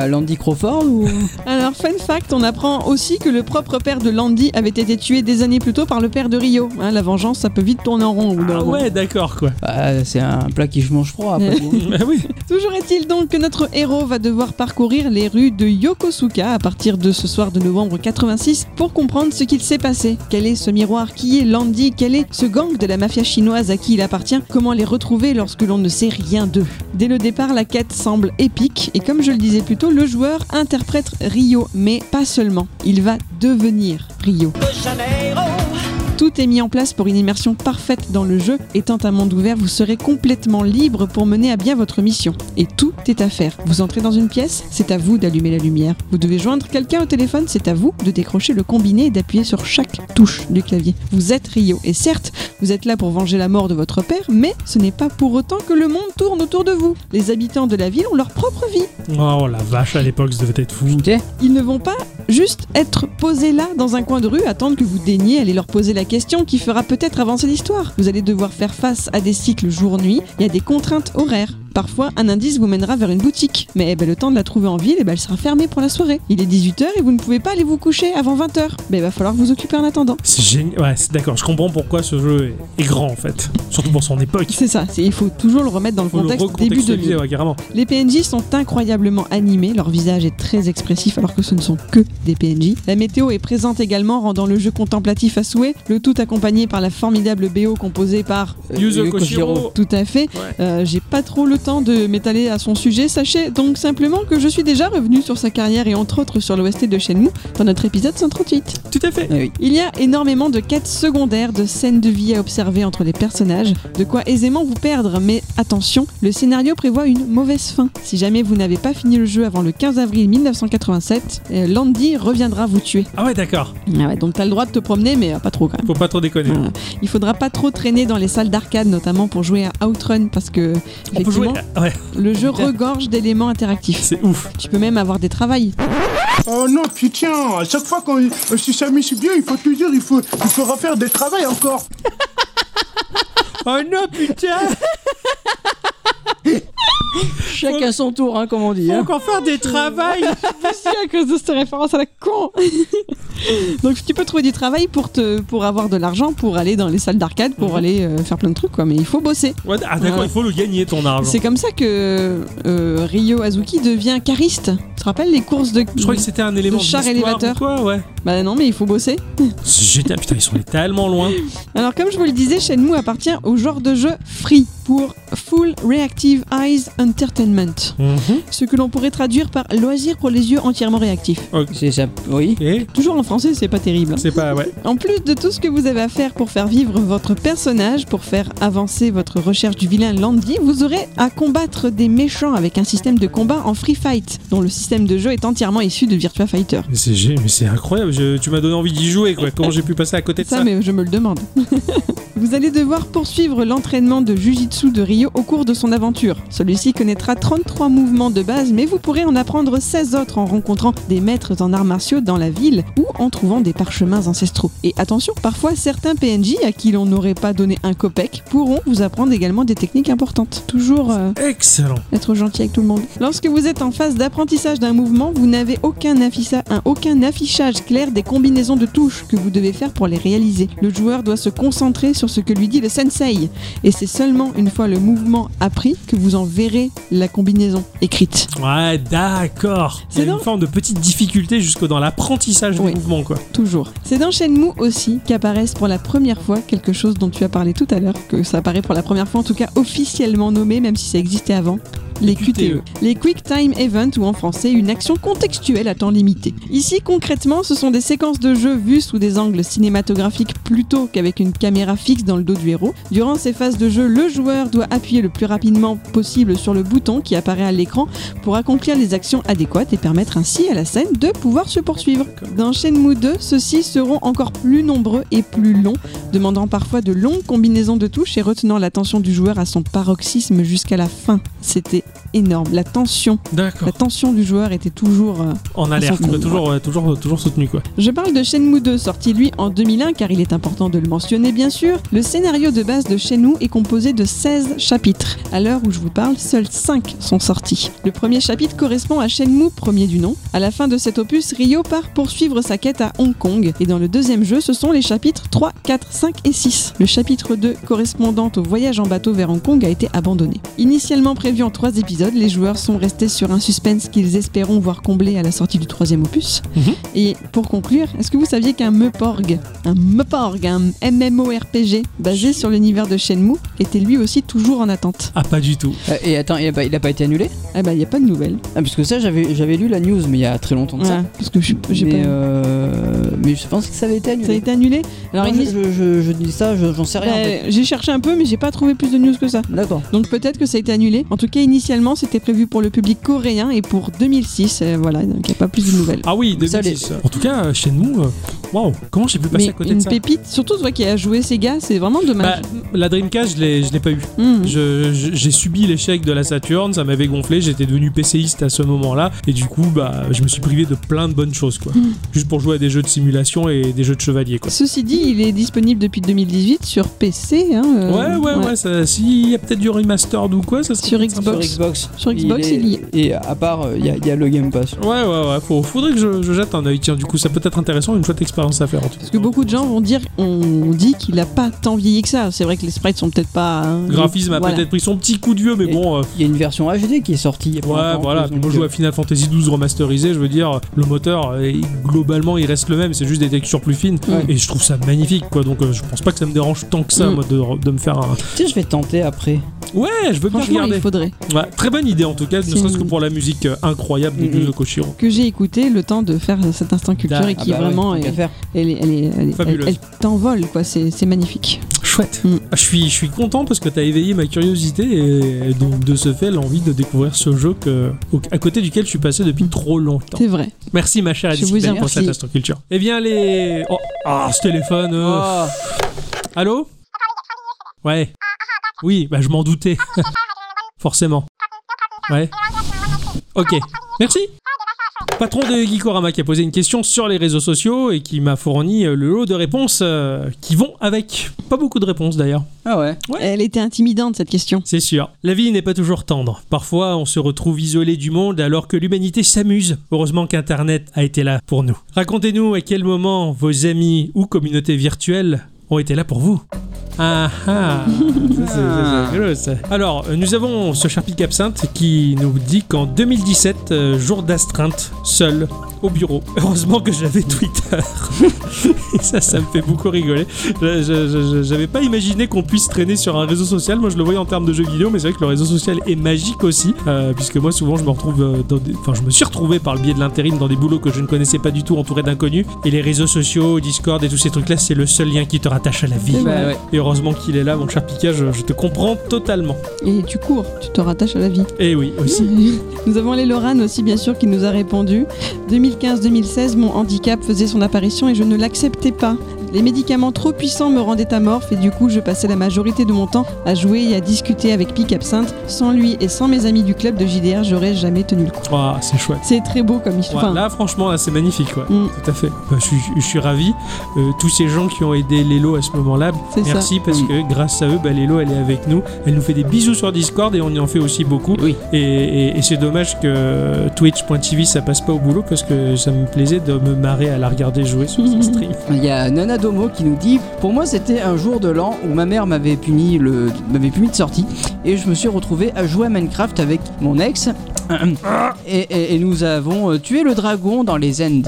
Euh, Landy Crawford ou.
Alors, fun fact, on apprend aussi que le propre père de Landy avait été tué des années plus tôt par le père de Ryo. Hein, la vengeance, ça peut vite tourner en rond. au bout d'un
Ah
moment.
ouais, d'accord, quoi.
Bah, c'est un plat qui je mange froid. après tout.
Bah oui.
Toujours est-il donc que notre héros va devoir parcourir les rues de Yokosuka à partir de ce soir de novembre 86 pour comprendre ce qu'il s'est passé. Quel est ce miroir Qui est Landy Quel est ce gang de la mafia chinoise à qui il appartient Comment les retrouver lorsque l'on ne sait rien d'eux Dès le départ, la quête semble épique et comme je le disais plus tôt, le joueur interprète Ryo, mais pas seulement. Il va devenir Ryo. Tout est mis en place pour une immersion parfaite dans le jeu. Étant un monde ouvert, vous serez complètement libre pour mener à bien votre mission. Et tout est à faire. Vous entrez dans une pièce, c'est à vous d'allumer la lumière. Vous devez joindre quelqu'un au téléphone, c'est à vous de décrocher le combiné et d'appuyer sur chaque touche du clavier. Vous êtes Rio. Et certes, vous êtes là pour venger la mort de votre père, mais ce n'est pas pour autant que le monde tourne autour de vous. Les habitants de la ville ont leur propre vie.
Oh la vache, à l'époque, ça devait être fou.
Ils ne vont pas juste être posés là dans un coin de rue, attendre que vous daigniez aller leur poser la question qui fera peut-être avancer l'histoire. Vous allez devoir faire face à des cycles jour-nuit et à des contraintes horaires. Parfois, un indice vous mènera vers une boutique, mais eh ben, le temps de la trouver en ville, eh ben, elle sera fermée pour la soirée. Il est 18h et vous ne pouvez pas aller vous coucher avant 20h. Mais il va falloir vous occuper en attendant.
C'est génial. Ouais, c'est- d'accord, je comprends pourquoi ce jeu est, est grand, en fait. Surtout pour son époque.
C'est ça, c'est- il faut toujours le remettre dans le
Faut le
contexte début 2000.
recontextualiser, ouais, carrément.
Les PNJ sont incroyablement animés, leur visage est très expressif alors que ce ne sont que des PNJ. La météo est présente également, rendant le jeu contemplatif à souhait, le tout accompagné par la formidable BO composée par...
Yuzo
Yuko
Koshiro.
Shiro.
Tout à fait.
Ouais.
Euh, J'ai pas trop le temps de m'étaler à son sujet. Sachez donc simplement que je suis déjà revenu sur sa carrière et entre autres sur l'OST de Shenmue dans notre épisode 138.
Tout à fait.
Eh oui.
Il y a énormément de quêtes secondaires, de scènes de vie à observer entre les personnages, de quoi aisément vous perdre, mais attention, le scénario prévoit une mauvaise fin. Si jamais vous n'avez pas fini le jeu avant le 15 avril 1987, euh, Landy reviendra vous tuer.
Ah ouais, d'accord.
Ah ouais, donc t'as le droit de te promener, mais euh, pas trop quand même.
Faut pas trop déconner.
Voilà. Il faudra pas trop traîner dans les salles d'arcade, notamment pour jouer à Outrun, parce
On
que
peut jouer.
effectivement,
Ouais,
le jeu regorge d'éléments interactifs.
c'est ouf.
Tu peux même avoir des travails.
Oh non, puis tiens, à chaque fois qu'on euh, si ça m'est bien, il faut te dire, il faut, il faut refaire des travail encore.
Oh non, putain
Chacun son tour, hein, comme on dit. hein.
encore faire des travails
Si, à cause de cette référence à la con. Donc tu peux trouver du travail pour te pour avoir de l'argent pour aller dans les salles d'arcade pour
Mhm.
aller euh, faire plein de trucs quoi mais il faut bosser.
Ouais, Ah d'accord,
Ouais.
il faut le gagner ton argent.
C'est comme ça que euh, Ryo Azuki devient cariste. Tu te rappelles les courses de
Je crois que c'était un élément
Le char
d'histoire
élévateur.
ou Quoi, ouais.
Bah non mais il faut bosser.
C'est génial, putain, ils sont allés tellement loin.
Alors comme je vous le disais, Shenmue appartient au genre de jeu free pour Full Reactive Eyes Entertainment, ce que l'on pourrait traduire par loisir pour les yeux entièrement réactifs.
Oh.
C'est ça. Oui.
Et
Toujours en français, c'est pas terrible.
c'est pas ouais.
En plus de tout ce que vous avez à faire pour faire vivre votre personnage, pour faire avancer votre recherche du vilain Landy, vous aurez à combattre des méchants avec un système de combat en free fight, dont le système de jeu est entièrement issu de Virtua Fighter.
Mais c'est gé- mais c'est incroyable. je- tu m'as donné envie d'y jouer quoi. Comment j'ai pu passer à côté de
Ça,
ça,
mais je me le demande. vous allez devoir poursuivre l'entraînement de Jujitsu de Ryo au cours de son aventure. Celui-ci connaîtra 33 mouvements de base, mais vous pourrez en apprendre 16 autres en rencontrant des maîtres en arts martiaux dans la ville ou en trouvant des parchemins ancestraux. Et attention, parfois certains PNJ à qui l'on n'aurait pas donné un copec pourront vous apprendre également des techniques importantes. Toujours. euh,
Excellent.
être gentil avec tout le monde. Lorsque vous êtes en phase d'apprentissage d'un mouvement, vous n'avez aucun, afficha- un- aucun affichage clair des combinaisons de touches que vous devez faire pour les réaliser. Le joueur doit se concentrer sur ce que lui dit le sensei, et c'est seulement une fois le mouvement appris que vous en verrez la combinaison écrite.
Ouais, d'accord.
C'est
C'est une
dingue.
forme de petite difficulté jusque dans l'apprentissage
Oui.
du mouvement quoi.
Toujours. C'est dans Shenmue aussi qu'apparaissent pour la première fois quelque chose dont tu as parlé tout à l'heure, que ça apparaît pour la première fois en tout cas officiellement nommé, même si ça existait avant, les QTE. Les Quick Time Event ou en français une action contextuelle à temps limité. Ici concrètement ce sont des séquences de jeu vues sous des angles cinématographiques plutôt qu'avec une caméra fixe dans le dos du héros. Durant ces phases de jeu, le joueur doit appuyer le plus rapidement possible sur le bouton qui apparaît à l'écran pour accomplir les actions adéquates et permettre ainsi à la scène de pouvoir se poursuivre. Dans Shenmue 2, ceux-ci seront encore plus nombreux et plus longs, demandant parfois de longues combinaisons de touches et retenant l'attention du joueur à son paroxysme jusqu'à la fin. C'était énorme. La tension, la
D'accord.
tension du joueur était toujours euh,
En alerte,
Ils sont
quoi, toujours, ouais, toujours, euh, toujours soutenu quoi.
je parle de Shenmue 2, sorti lui en 2001 car il est important de le mentionner bien sûr. Le scénario de base de Shenmue est composé de 16 chapitres. À l'heure où je vous parle, seuls 5 sont sortis. Le premier chapitre correspond à Shenmue, premier du nom. À la fin de cet opus, Ryo part poursuivre sa quête à Hong Kong et dans le deuxième jeu, ce sont les chapitres 3, 4, 5 et 6. Le chapitre 2 correspondant au voyage en bateau vers Hong Kong a été abandonné. Initialement prévu en 3 épisodes, les joueurs sont restés sur un suspense qu'ils espéront voir comblé à la sortie du troisième opus. Et pour conclure, est-ce que vous saviez qu'un MEPORG, un MEPORG, un MMORPG basé sur l'univers de Shenmue, était lui aussi toujours en attente
Ah, pas du tout.
Euh, Et attends, il a pas, il a pas été annulé
Ah bah, il n'y a pas de nouvelles.
ah, Parce que ça, j'avais j'avais lu la news, mais il y a très longtemps de ça.
Ouais, parce que je- j'ai
mais,
pas.
euh, mais je pense que ça avait été
Ça a
annulé.
été annulé Alors,
Non,
il
je,
dit-
je- je- je dis ça, je- j'en sais rien. en fait.
Bah, J'ai cherché un peu, mais j'ai pas trouvé plus de news que ça.
D'accord.
Donc peut-être que ça a été annulé. En tout cas, initialement, c'était prévu pour le public coréen et pour 2006. euh, voilà, donc il n'y a pas plus de nouvelles.
Ah oui,
Ça,
2006. En tout cas, euh, chez nous, euh, waouh, comment j'ai pu passer
Mais
Bah, à côté de
une
ça
pépite, surtout toi qui as joué Sega, c'est vraiment
Bah,
dommage.
la Dreamcast, je l'ai je l'ai pas eu.
Hmm.
Je- je- J'ai subi l'échec de la Saturn, ça m'avait gonflé, j'étais devenu PCiste à ce moment-là, et du coup, bah, je me suis privé de plein de bonnes choses, quoi. Juste pour jouer à des jeux de simulation et des jeux de chevalier, quoi.
Ceci dit, il est disponible depuis 2018 sur PC. hein,
ouais,
euh,
ouais, ouais, ça- s'il y a peut-être du remastered ou quoi, ça serait
Sur
peut-être
Xbox.
sympa.
Sur Xbox.
Sur Xbox,
est-
il y est.
Et à part, euh, il y, a- il y a le Game Pass.
Ouais, ouais, ouais, faut- faudrait que je, je jette un œil, tiens, du coup, ça peut être intéressant, une chouette expérience à faire, en tout cas.
Parce que beaucoup de gens vont dire, on dit qu'il a pas tant vieilli que ça. C'est vrai que les sprites sont peut-être pas. hein,
Le graphisme a
voilà.
peut-être pris son petit coup de vieux, mais
Et-
bon... euh,
Il y a une version HD qui est sortie. il y a pas
Ouais,
longtemps,
voilà.
donc,
Puis moi, je joue à
euh,
Final Fantasy XII remasterisé. Je veux dire, le moteur, euh, il- globalement, il reste le même. C'est juste des textures plus fines.
Ouais.
Et je trouve ça magnifique, quoi. Donc, euh, je pense pas que ça me dérange tant que ça,
Mm.
moi, de, de me faire un.
Tiens, je vais tenter après.
Ouais, je veux bien
Franchement,
regarder.
il faudrait.
Ouais, très bonne idée, en tout cas, ne
C'est
serait-ce
une-
que pour la musique euh, incroyable des
Mm,
deux
mm.
de Koshiro.
Que j'ai écouté le temps de faire cet instant culture et
Ah
qui
bah ouais,
vraiment.
tant
est-
qu'à faire.
elle, est- elle est- elle est-
Fabuleuse.
elle- elle t'envole, quoi. C'est c'est magnifique.
Chouette.
Mm.
Ah, Je suis, je suis content parce que t'as éveillé ma curiosité et donc de ce fait l'envie de découvrir ce jeu que, au- à côté duquel je suis passé depuis trop longtemps.
C'est vrai.
Merci ma chère
Je vous
Alice
en
pour cette
remercie.
astroculture. Eh bien les... Oh, ah, ce téléphone... euh,
Oh.
Allô Ouais. Oui, bah je m'en doutais. Forcément. Ouais. Ok, merci. Patron de Geekorama qui a posé une question sur les réseaux sociaux et qui m'a fourni euh, le lot de réponses euh, qui vont avec. Pas beaucoup de réponses d'ailleurs.
Ah ouais.
Ouais.
Elle était intimidante, cette question.
C'est sûr. La vie n'est pas toujours tendre. Parfois, on se retrouve isolé du monde alors que l'humanité s'amuse. Heureusement qu'Internet a été là pour nous. Racontez-nous à quel moment vos amis ou communautés virtuelles ont été là pour vous. Ah ah Ça, c'est- ça, c'est rigolo, ça. Alors, euh, nous avons ce cher Pic Absinthe qui nous dit qu'en 2017, euh, jour d'astreinte, seul, au bureau. Heureusement que j'avais Twitter. Et ça, ça me fait beaucoup rigoler. Je- je- je- je- J'avais pas imaginé qu'on puisse traîner sur un réseau social. Moi, je le voyais en termes de jeux vidéo, mais c'est vrai que le réseau social est magique aussi, euh, puisque moi, souvent, je me retrouve, euh, dans des- enfin, je me suis retrouvé par le biais de l'intérim dans des boulots que je ne connaissais pas du tout, entouré d'inconnus. Et les réseaux sociaux, Discord et tous ces trucs-là, c'est le seul lien qui te rattache à la vie.
C'est vrai.
Bah ouais.
Et heureusement qu'il est là, mon cher Pika, je, je te comprends totalement.
Et tu cours, tu te rattaches à la vie.
Et oui, aussi.
Nous avons les Lorraine aussi, bien sûr, qui nous a répondu. 2015-2016, mon handicap faisait son apparition et je ne l'acceptais pas. Les médicaments trop puissants me rendaient amorphe et du coup, je passais la majorité de mon temps à jouer et à discuter avec Pic Absinthe. Sans lui et sans mes amis du club de JDR, j'aurais jamais tenu le coup.
Mm.
Ah, c'est chouette.
C'est très beau comme histoire.
Ouais, là, franchement, là, c'est magnifique, ouais.
Mm.
Tout à fait. Bah, je, suis, je suis ravi. Euh, tous ces gens qui ont aidé Lelo à ce moment-là,
C'est ça.
merci parce
Mm.
que grâce à eux, bah, Lelo, elle est avec nous. Elle nous fait des bisous sur Discord et on y en fait aussi beaucoup.
Oui.
Et, et- et c'est dommage que Twitch.tv ça passe pas au boulot parce que ça me plaisait de me marrer à la regarder jouer sur ses streams.
Il y a Nana Domo qui nous dit Pour moi, c'était un jour de l'an où ma mère m'avait puni, le... m'avait puni de sortie et je me suis retrouvé à jouer à Minecraft avec mon ex et, et- et nous avons euh, tué le dragon dans les Ends.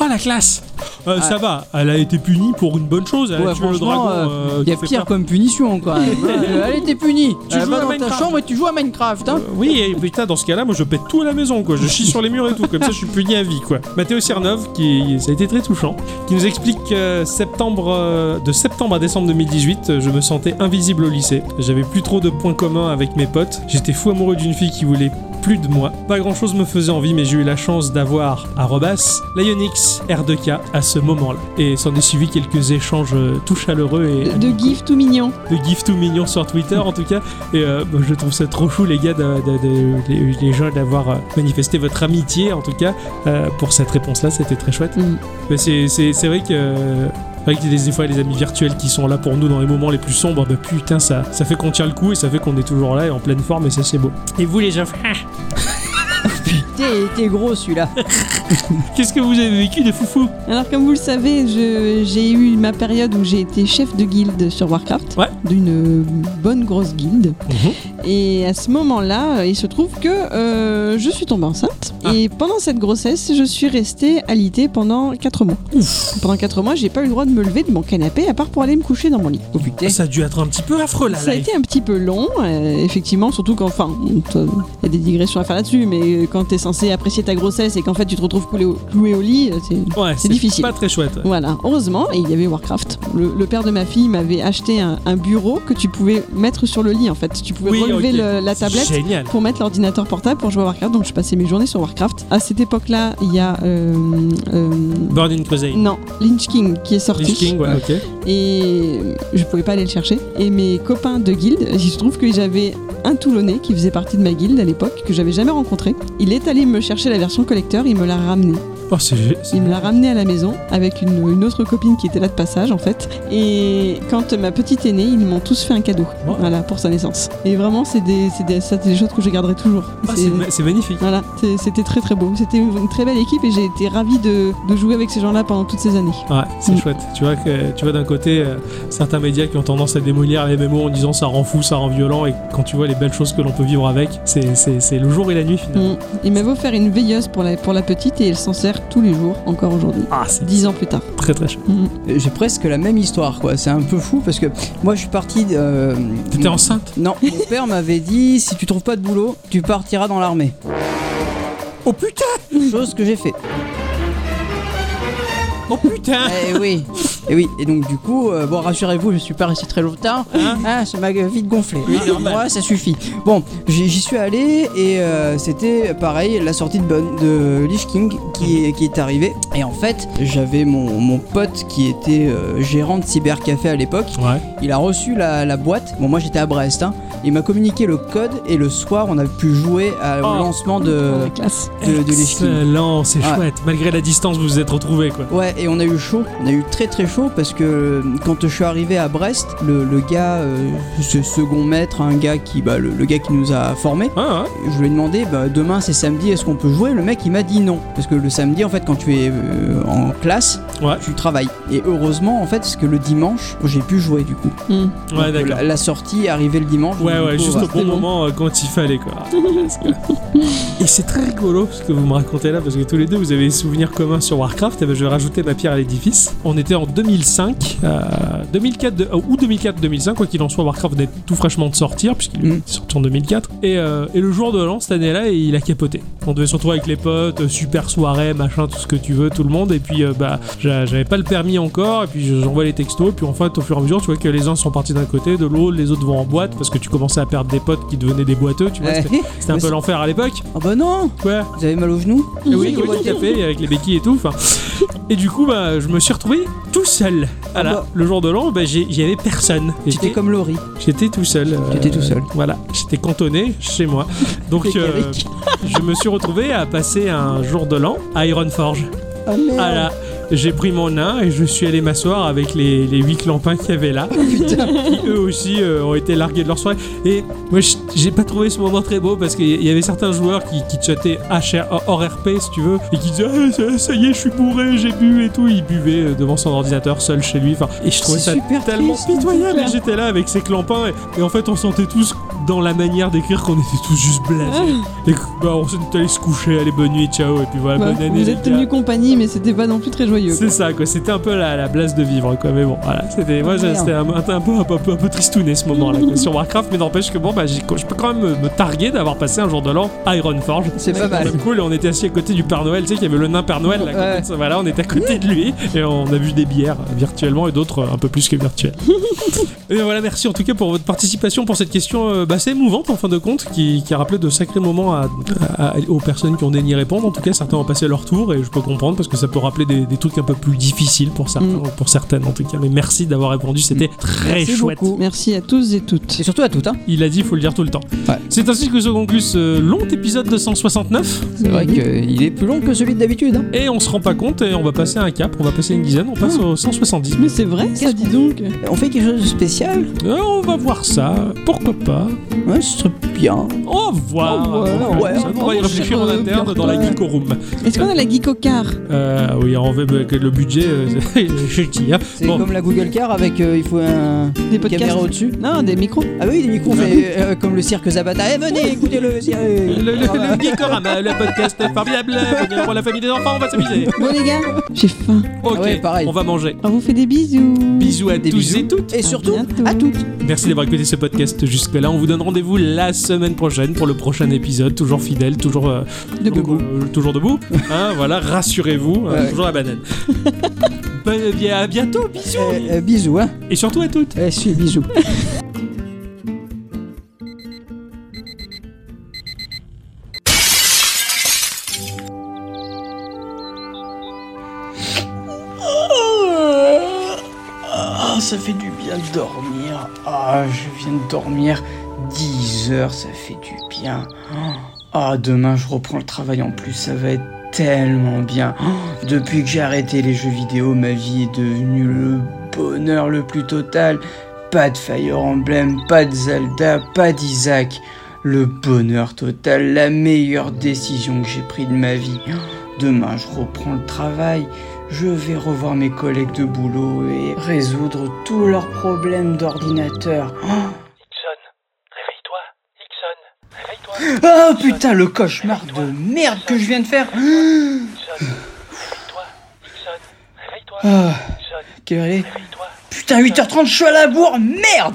Oh la classe Euh, Ça va, elle a été punie pour une bonne chose. Elle
Ah. Ouais,
a tué le
franchement,
dragon.
euh,
euh,
il y a
qui fait
pire
peur.
comme punition quand même. Euh, Allez, t'es puni.
Tu
Euh,
joues
va
à
dans ta
Minecraft.
chambre et tu joues à Minecraft. Hein
Euh, Oui, et putain, dans ce cas-là, moi je pète tout à la maison, quoi. Je chie sur les murs et tout, comme ça je suis puni à vie, quoi. Mathéo Cernov, qui ça a été très touchant, qui nous explique que septembre, euh, de septembre à décembre 2018, euh, je me sentais invisible au lycée. J'avais plus trop de points communs avec mes potes. J'étais fou amoureux d'une fille qui voulait plus de moi. Pas grand chose me faisait envie, mais j'ai eu la chance d'avoir Arrobas, Lionix, R2K à ce moment-là. Et s'en est suivi quelques échanges euh, tout chaleureux et
De, de gifs tout mignons.
de gifs tout mignons sur Twitter en tout cas. Et euh, bah, je trouve ça trop chou les gars, de- de- de- les, les gens d'avoir euh, manifesté votre amitié en tout cas euh, pour cette réponse là, c'était très chouette.
Mm.
Mais c'est, c'est, c'est vrai que... euh, c'est vrai que des, des fois les amis virtuels qui sont là pour nous dans les moments les plus sombres, bah putain ça, ça fait qu'on tient le coup et ça fait qu'on est toujours là et en pleine forme et ça c'est beau. Et vous les gens, ah,
T'es t'es gros celui-là.
qu'est-ce que vous avez vécu des foufous
Alors comme vous le savez, je- j'ai eu ma période où j'ai été chef de guilde sur Warcraft,
Ouais.
d'une bonne grosse guilde. Et à ce moment-là, il se trouve que euh, je suis tombée enceinte.
Ah.
Et pendant cette grossesse, je suis restée alitée pendant 4 mois. Pendant 4 mois, j'ai pas eu le droit de me lever de mon canapé à part pour aller me coucher dans mon lit.
Oh putain.
Ça a dû être un petit peu affreux là.
Ça a
là.
été un petit peu long, euh, effectivement, surtout quand, enfin, il y a des digressions à faire là-dessus, mais euh, quand t'es censé apprécier ta grossesse et qu'en fait tu te retrouves coulé au- cloué au lit, euh, c'est
Ouais, c'est,
difficile.
Pas très chouette.
voilà, heureusement, et il y avait Warcraft. Le, le père de ma fille m'avait acheté un, un bureau que tu pouvais mettre sur le lit en fait. Tu pouvais
Oui,
relever
ok.
le- la tablette
Génial.
pour mettre l'ordinateur portable pour jouer à Warcraft. Donc je passais mes journées sur Warcraft. À cette époque-là, il y a euh, euh,
Burning Crusade.
non Lynch King qui est sorti
Lich King,
Mm.
ouais, ok.
et je pouvais pas aller le chercher. Et mes copains de guilde, il se trouve que j'avais un Toulonnais qui faisait partie de ma guilde à l'époque que j'avais jamais rencontré. Il est allé me chercher la version collector, il me l'a ramenée.
Oh, c'est, c'est-
Il me l'a ramenée à la maison avec une, une autre copine qui était là de passage en fait. Et quand ma petite est née, ils m'ont tous fait un cadeau.
Ouais.
Voilà, pour sa naissance. Et vraiment, c'est des, c'est des, ça, c'est des choses que je garderai toujours.
Ah,
C'est-
c'est ma- c'est magnifique.
Voilà, c'est- c'était très très beau. C'était une très belle équipe et j'ai été ravie de, de jouer avec ces gens-là pendant toutes ces années.
Ouais, c'est
Mm.
chouette. Tu vois que tu vois d'un côté euh, certains médias qui ont tendance à démolir les MMO en disant ça rend fou, ça rend violent, et quand tu vois les belles choses que l'on peut vivre avec, c'est, c'est, c'est le jour et la nuit finalement.
Mm. Il m'a offert une veilleuse pour la, pour la petite et elle s'en sert tous les jours encore aujourd'hui.
Mm.
Ah, c'est
Dix ans plus tard.
très très chouette.
Mm.
Euh, J'ai presque la même histoire quoi. C'est un peu fou parce que moi je suis parti. euh,
T'étais enceinte
Non, mon père m'avait dit si tu trouves pas de boulot, tu partiras dans l'armée.
Oh putain
Chose que j'ai fait.
Oh putain
Eh oui, et oui. Et donc du coup, euh, bon rassurez-vous, je suis pas resté très longtemps. Ah, ça m'a vite gonflé.
Hein Oui,
Hein,
normal.
Moi, ça suffit. Bon, j'y j'y suis allé et euh, c'était pareil la sortie de, Bun- de Lich King
Mm.
qui est, qui est arrivée. Et en fait, j'avais mon, mon pote qui était euh, gérant de cybercafé à l'époque.
Ouais.
Il a reçu la, la boîte. Bon, moi j'étais à Brest. hein. Il m'a communiqué le code et le soir, on a pu jouer à- au
Oh.
lancement de,
La classe.
de, de Lich King.
Excellent, c'est
Ouais.
chouette. Malgré la distance, vous vous êtes retrouvés quoi.
Ouais, et on a eu chaud, on a eu très très chaud parce que euh, quand je suis arrivé à Brest, le, le gars, euh, ce second maître, un gars qui, bah, le, le gars qui nous a formés,
Ah, ouais.
je lui ai demandé, bah, demain c'est samedi, est-ce qu'on peut jouer Le mec il m'a dit non, parce que le samedi en fait quand tu es euh, en classe,
Ouais.
tu travailles. Et heureusement en fait, parce que le dimanche j'ai pu jouer du coup.
Mm.
Ouais,
Donc,
d'accord.
la, la sortie est arrivée le dimanche.
Ouais,
donc,
ouais,
du coup,
juste
voilà.
au bon
bon.
moment euh, quand il fallait quoi. Ah, voilà, c'est clair. Et c'est très rigolo ce que vous me racontez là parce que tous les deux vous avez des souvenirs communs sur Warcraft. Et ben, je vais rajouter ma pierre à l'édifice. On était en 2005, euh, 2004 de- euh, ou 2004-2005, quoi qu'il en soit, Warcraft venait tout fraîchement de sortir puisqu'il
Mm.
est sorti en 2004. Et, euh, et le jour de l'an cette année-là, il a capoté. On devait se retrouver avec les potes, euh, super soirée, machin, tout ce que tu veux, tout le monde. Et puis euh, bah j'a- j'avais pas le permis encore. Et puis je- j'envoie les textos. Et puis en fait, au fur et à mesure, tu vois que les uns sont partis d'un côté, de l'autre, les autres vont en boîte parce que tu commençais à perdre des potes qui devenaient des boiteux. Tu vois,
Ouais.
c'était- c'était un
Mais
peu
c'est-
l'enfer à l'époque.
Oh,
Ah bah non,
Ouais.
vous avez mal au genou
Et Eh oui, oui, tout à fait, avec les béquilles et tout. enfin. Et du coup, bah, je me suis retrouvé tout seul. Voilà.
Ah bah.
Le jour de l'an, bah, j'ai- j'y avais personne.
J'étais comme Laurie.
J'étais tout seul. euh,
T'étais tout seul.
Voilà, j'étais cantonné chez moi. Donc,
T'es
euh,
Eric.
je me suis retrouvé à passer un jour de l'an à Ironforge.
Oh,
Ah merde.
Ah là, j'ai pris mon nain et je suis allé m'asseoir avec les, les huit clampins qu'il y avait là. qui eux aussi euh, ont été largués de leur soirée. Et moi, j- j'ai pas trouvé ce moment très beau parce qu'il y avait certains joueurs qui, qui chattaient HR, hors RP, si tu veux, et qui disaient Ah, ça, ça y est, je suis bourré, j'ai bu et tout. Ils buvaient euh, devant son ordinateur seul chez lui. Enfin, et je trouvais
C'est
ça
super
tellement
triste,
pitoyable.
c'est clair.
J'étais là avec ces clampins et, et en fait, on sentait tous dans la manière d'écrire qu'on était tous juste blasés. Et que, bah, on s'est allé se coucher, allez, bonne nuit, ciao, et puis voilà,
Bah,
bonne année.
vous
les
êtes
gars.
tenu compagnie, mais c'était pas non plus très joyeux.
C'est ça, quoi. C'était un peu la, la blase de vivre, quoi. Mais bon, voilà. C'était, moi, j'ai-
Merde.
c'était un, un peu, un, peu, un peu- un peu tristouné ce moment-là quoi, sur Warcraft, mais n'empêche que bon, bah, j'ai- je peux quand même me- me targuer d'avoir passé un jour de l'an à Ironforge.
C'est pas
C'est
mal.
cool, et on était assis à côté du Père Noël, tu sais, qu'il y avait le nain Père Noël, là, à côté
Ouais.
de ça. voilà, on était à côté de lui, et on a bu des bières euh, virtuellement, et d'autres euh, un peu plus que virtuelles. et voilà, merci en tout cas pour votre participation, pour cette question euh, bah, assez émouvante en fin de compte, qui, qui a rappelé de sacrés moments à, à- à- aux personnes qui ont daigné répondre. En tout cas, certains ont passé leur tour, et je peux comprendre, parce que ça peut rappeler des, des trucs un peu plus difficiles pour certains,
Mm.
pour certaines en tout cas. Mais merci d'avoir répondu, c'était très
Mm. Merci
chouette.
beaucoup.
Merci à tous et toutes.
C'est surtout à tout, hein.
Il a dit, il faut le dire tout le temps.
Ouais.
C'est ainsi que se conclut ce long épisode 269.
C'est vrai qu'il est plus long que celui de d'habitude. hein.
Et on se rend pas compte et on va passer un cap, on va passer une dizaine, on passe au 170.
Mais c'est vrai, ça dis donc.
On fait quelque chose de spécial
Euh, on va voir ça, pourquoi pas.
Ouais, ce serait bien.
Au revoir.
Au revoir.
On va-
Ouais.
on va y réfléchir en
Euh,
interne dans la
Pierre-Paul.
Geeko Room.
Est-ce qu'on a la geek au car
Euh, oui, en fait, avec le budget, euh, c'est petit. hein.
C'est
Bon.
comme la Google Car avec euh, il faut un
Des podcasts.
caméra au-dessus.
Non, des micros.
Ah oui, des micros, mais euh, comme le cirque Zabata. Eh, venez, écoutez-le, c'est-
Bah Le,
euh,
le, le Geekorama, le podcast formidable pour- pour la famille des enfants, on va s'amuser.
Bon les gars, j'ai faim.
Ok,
Ah ouais, pareil.
on va manger.
On vous fait des bisous.
Bisous à
Des
tous
bisous.
et toutes.
Et surtout,
bientôt.
à toutes.
Merci d'avoir écouté ce podcast jusque-là. On vous donne rendez-vous la semaine prochaine pour le prochain épisode. Toujours fidèle, toujours euh,
Debout.
euh, toujours debout. Hein, voilà, rassurez-vous, hein,
Ouais.
toujours la banane. Bah, eh bien, à bientôt, bisous
Euh, euh, bisous, hein.
Et surtout à toutes
Euh, si, bisous.
Ah, ça fait du bien de dormir. Ah, je viens de dormir 10 heures, ça fait du bien. Ah, demain je reprends le travail en plus, ça va être tellement bien. Ah, Depuis que j'ai arrêté les jeux vidéo, ma vie est devenue le bonheur le plus total. Pas de Fire Emblem, pas de Zelda, pas d'Isaac. Le bonheur total, la meilleure décision que j'ai prise de ma vie. Ah, Demain je reprends le travail. Je vais revoir mes collègues de boulot et résoudre tous leurs problèmes d'ordinateur. Oh, Nixon, réveille-toi. Nixon, réveille-toi. Ah putain, le cauchemar de merde que je viens de faire. Ah, quelle heure il est Putain, 8h30, je suis à la bourre, merde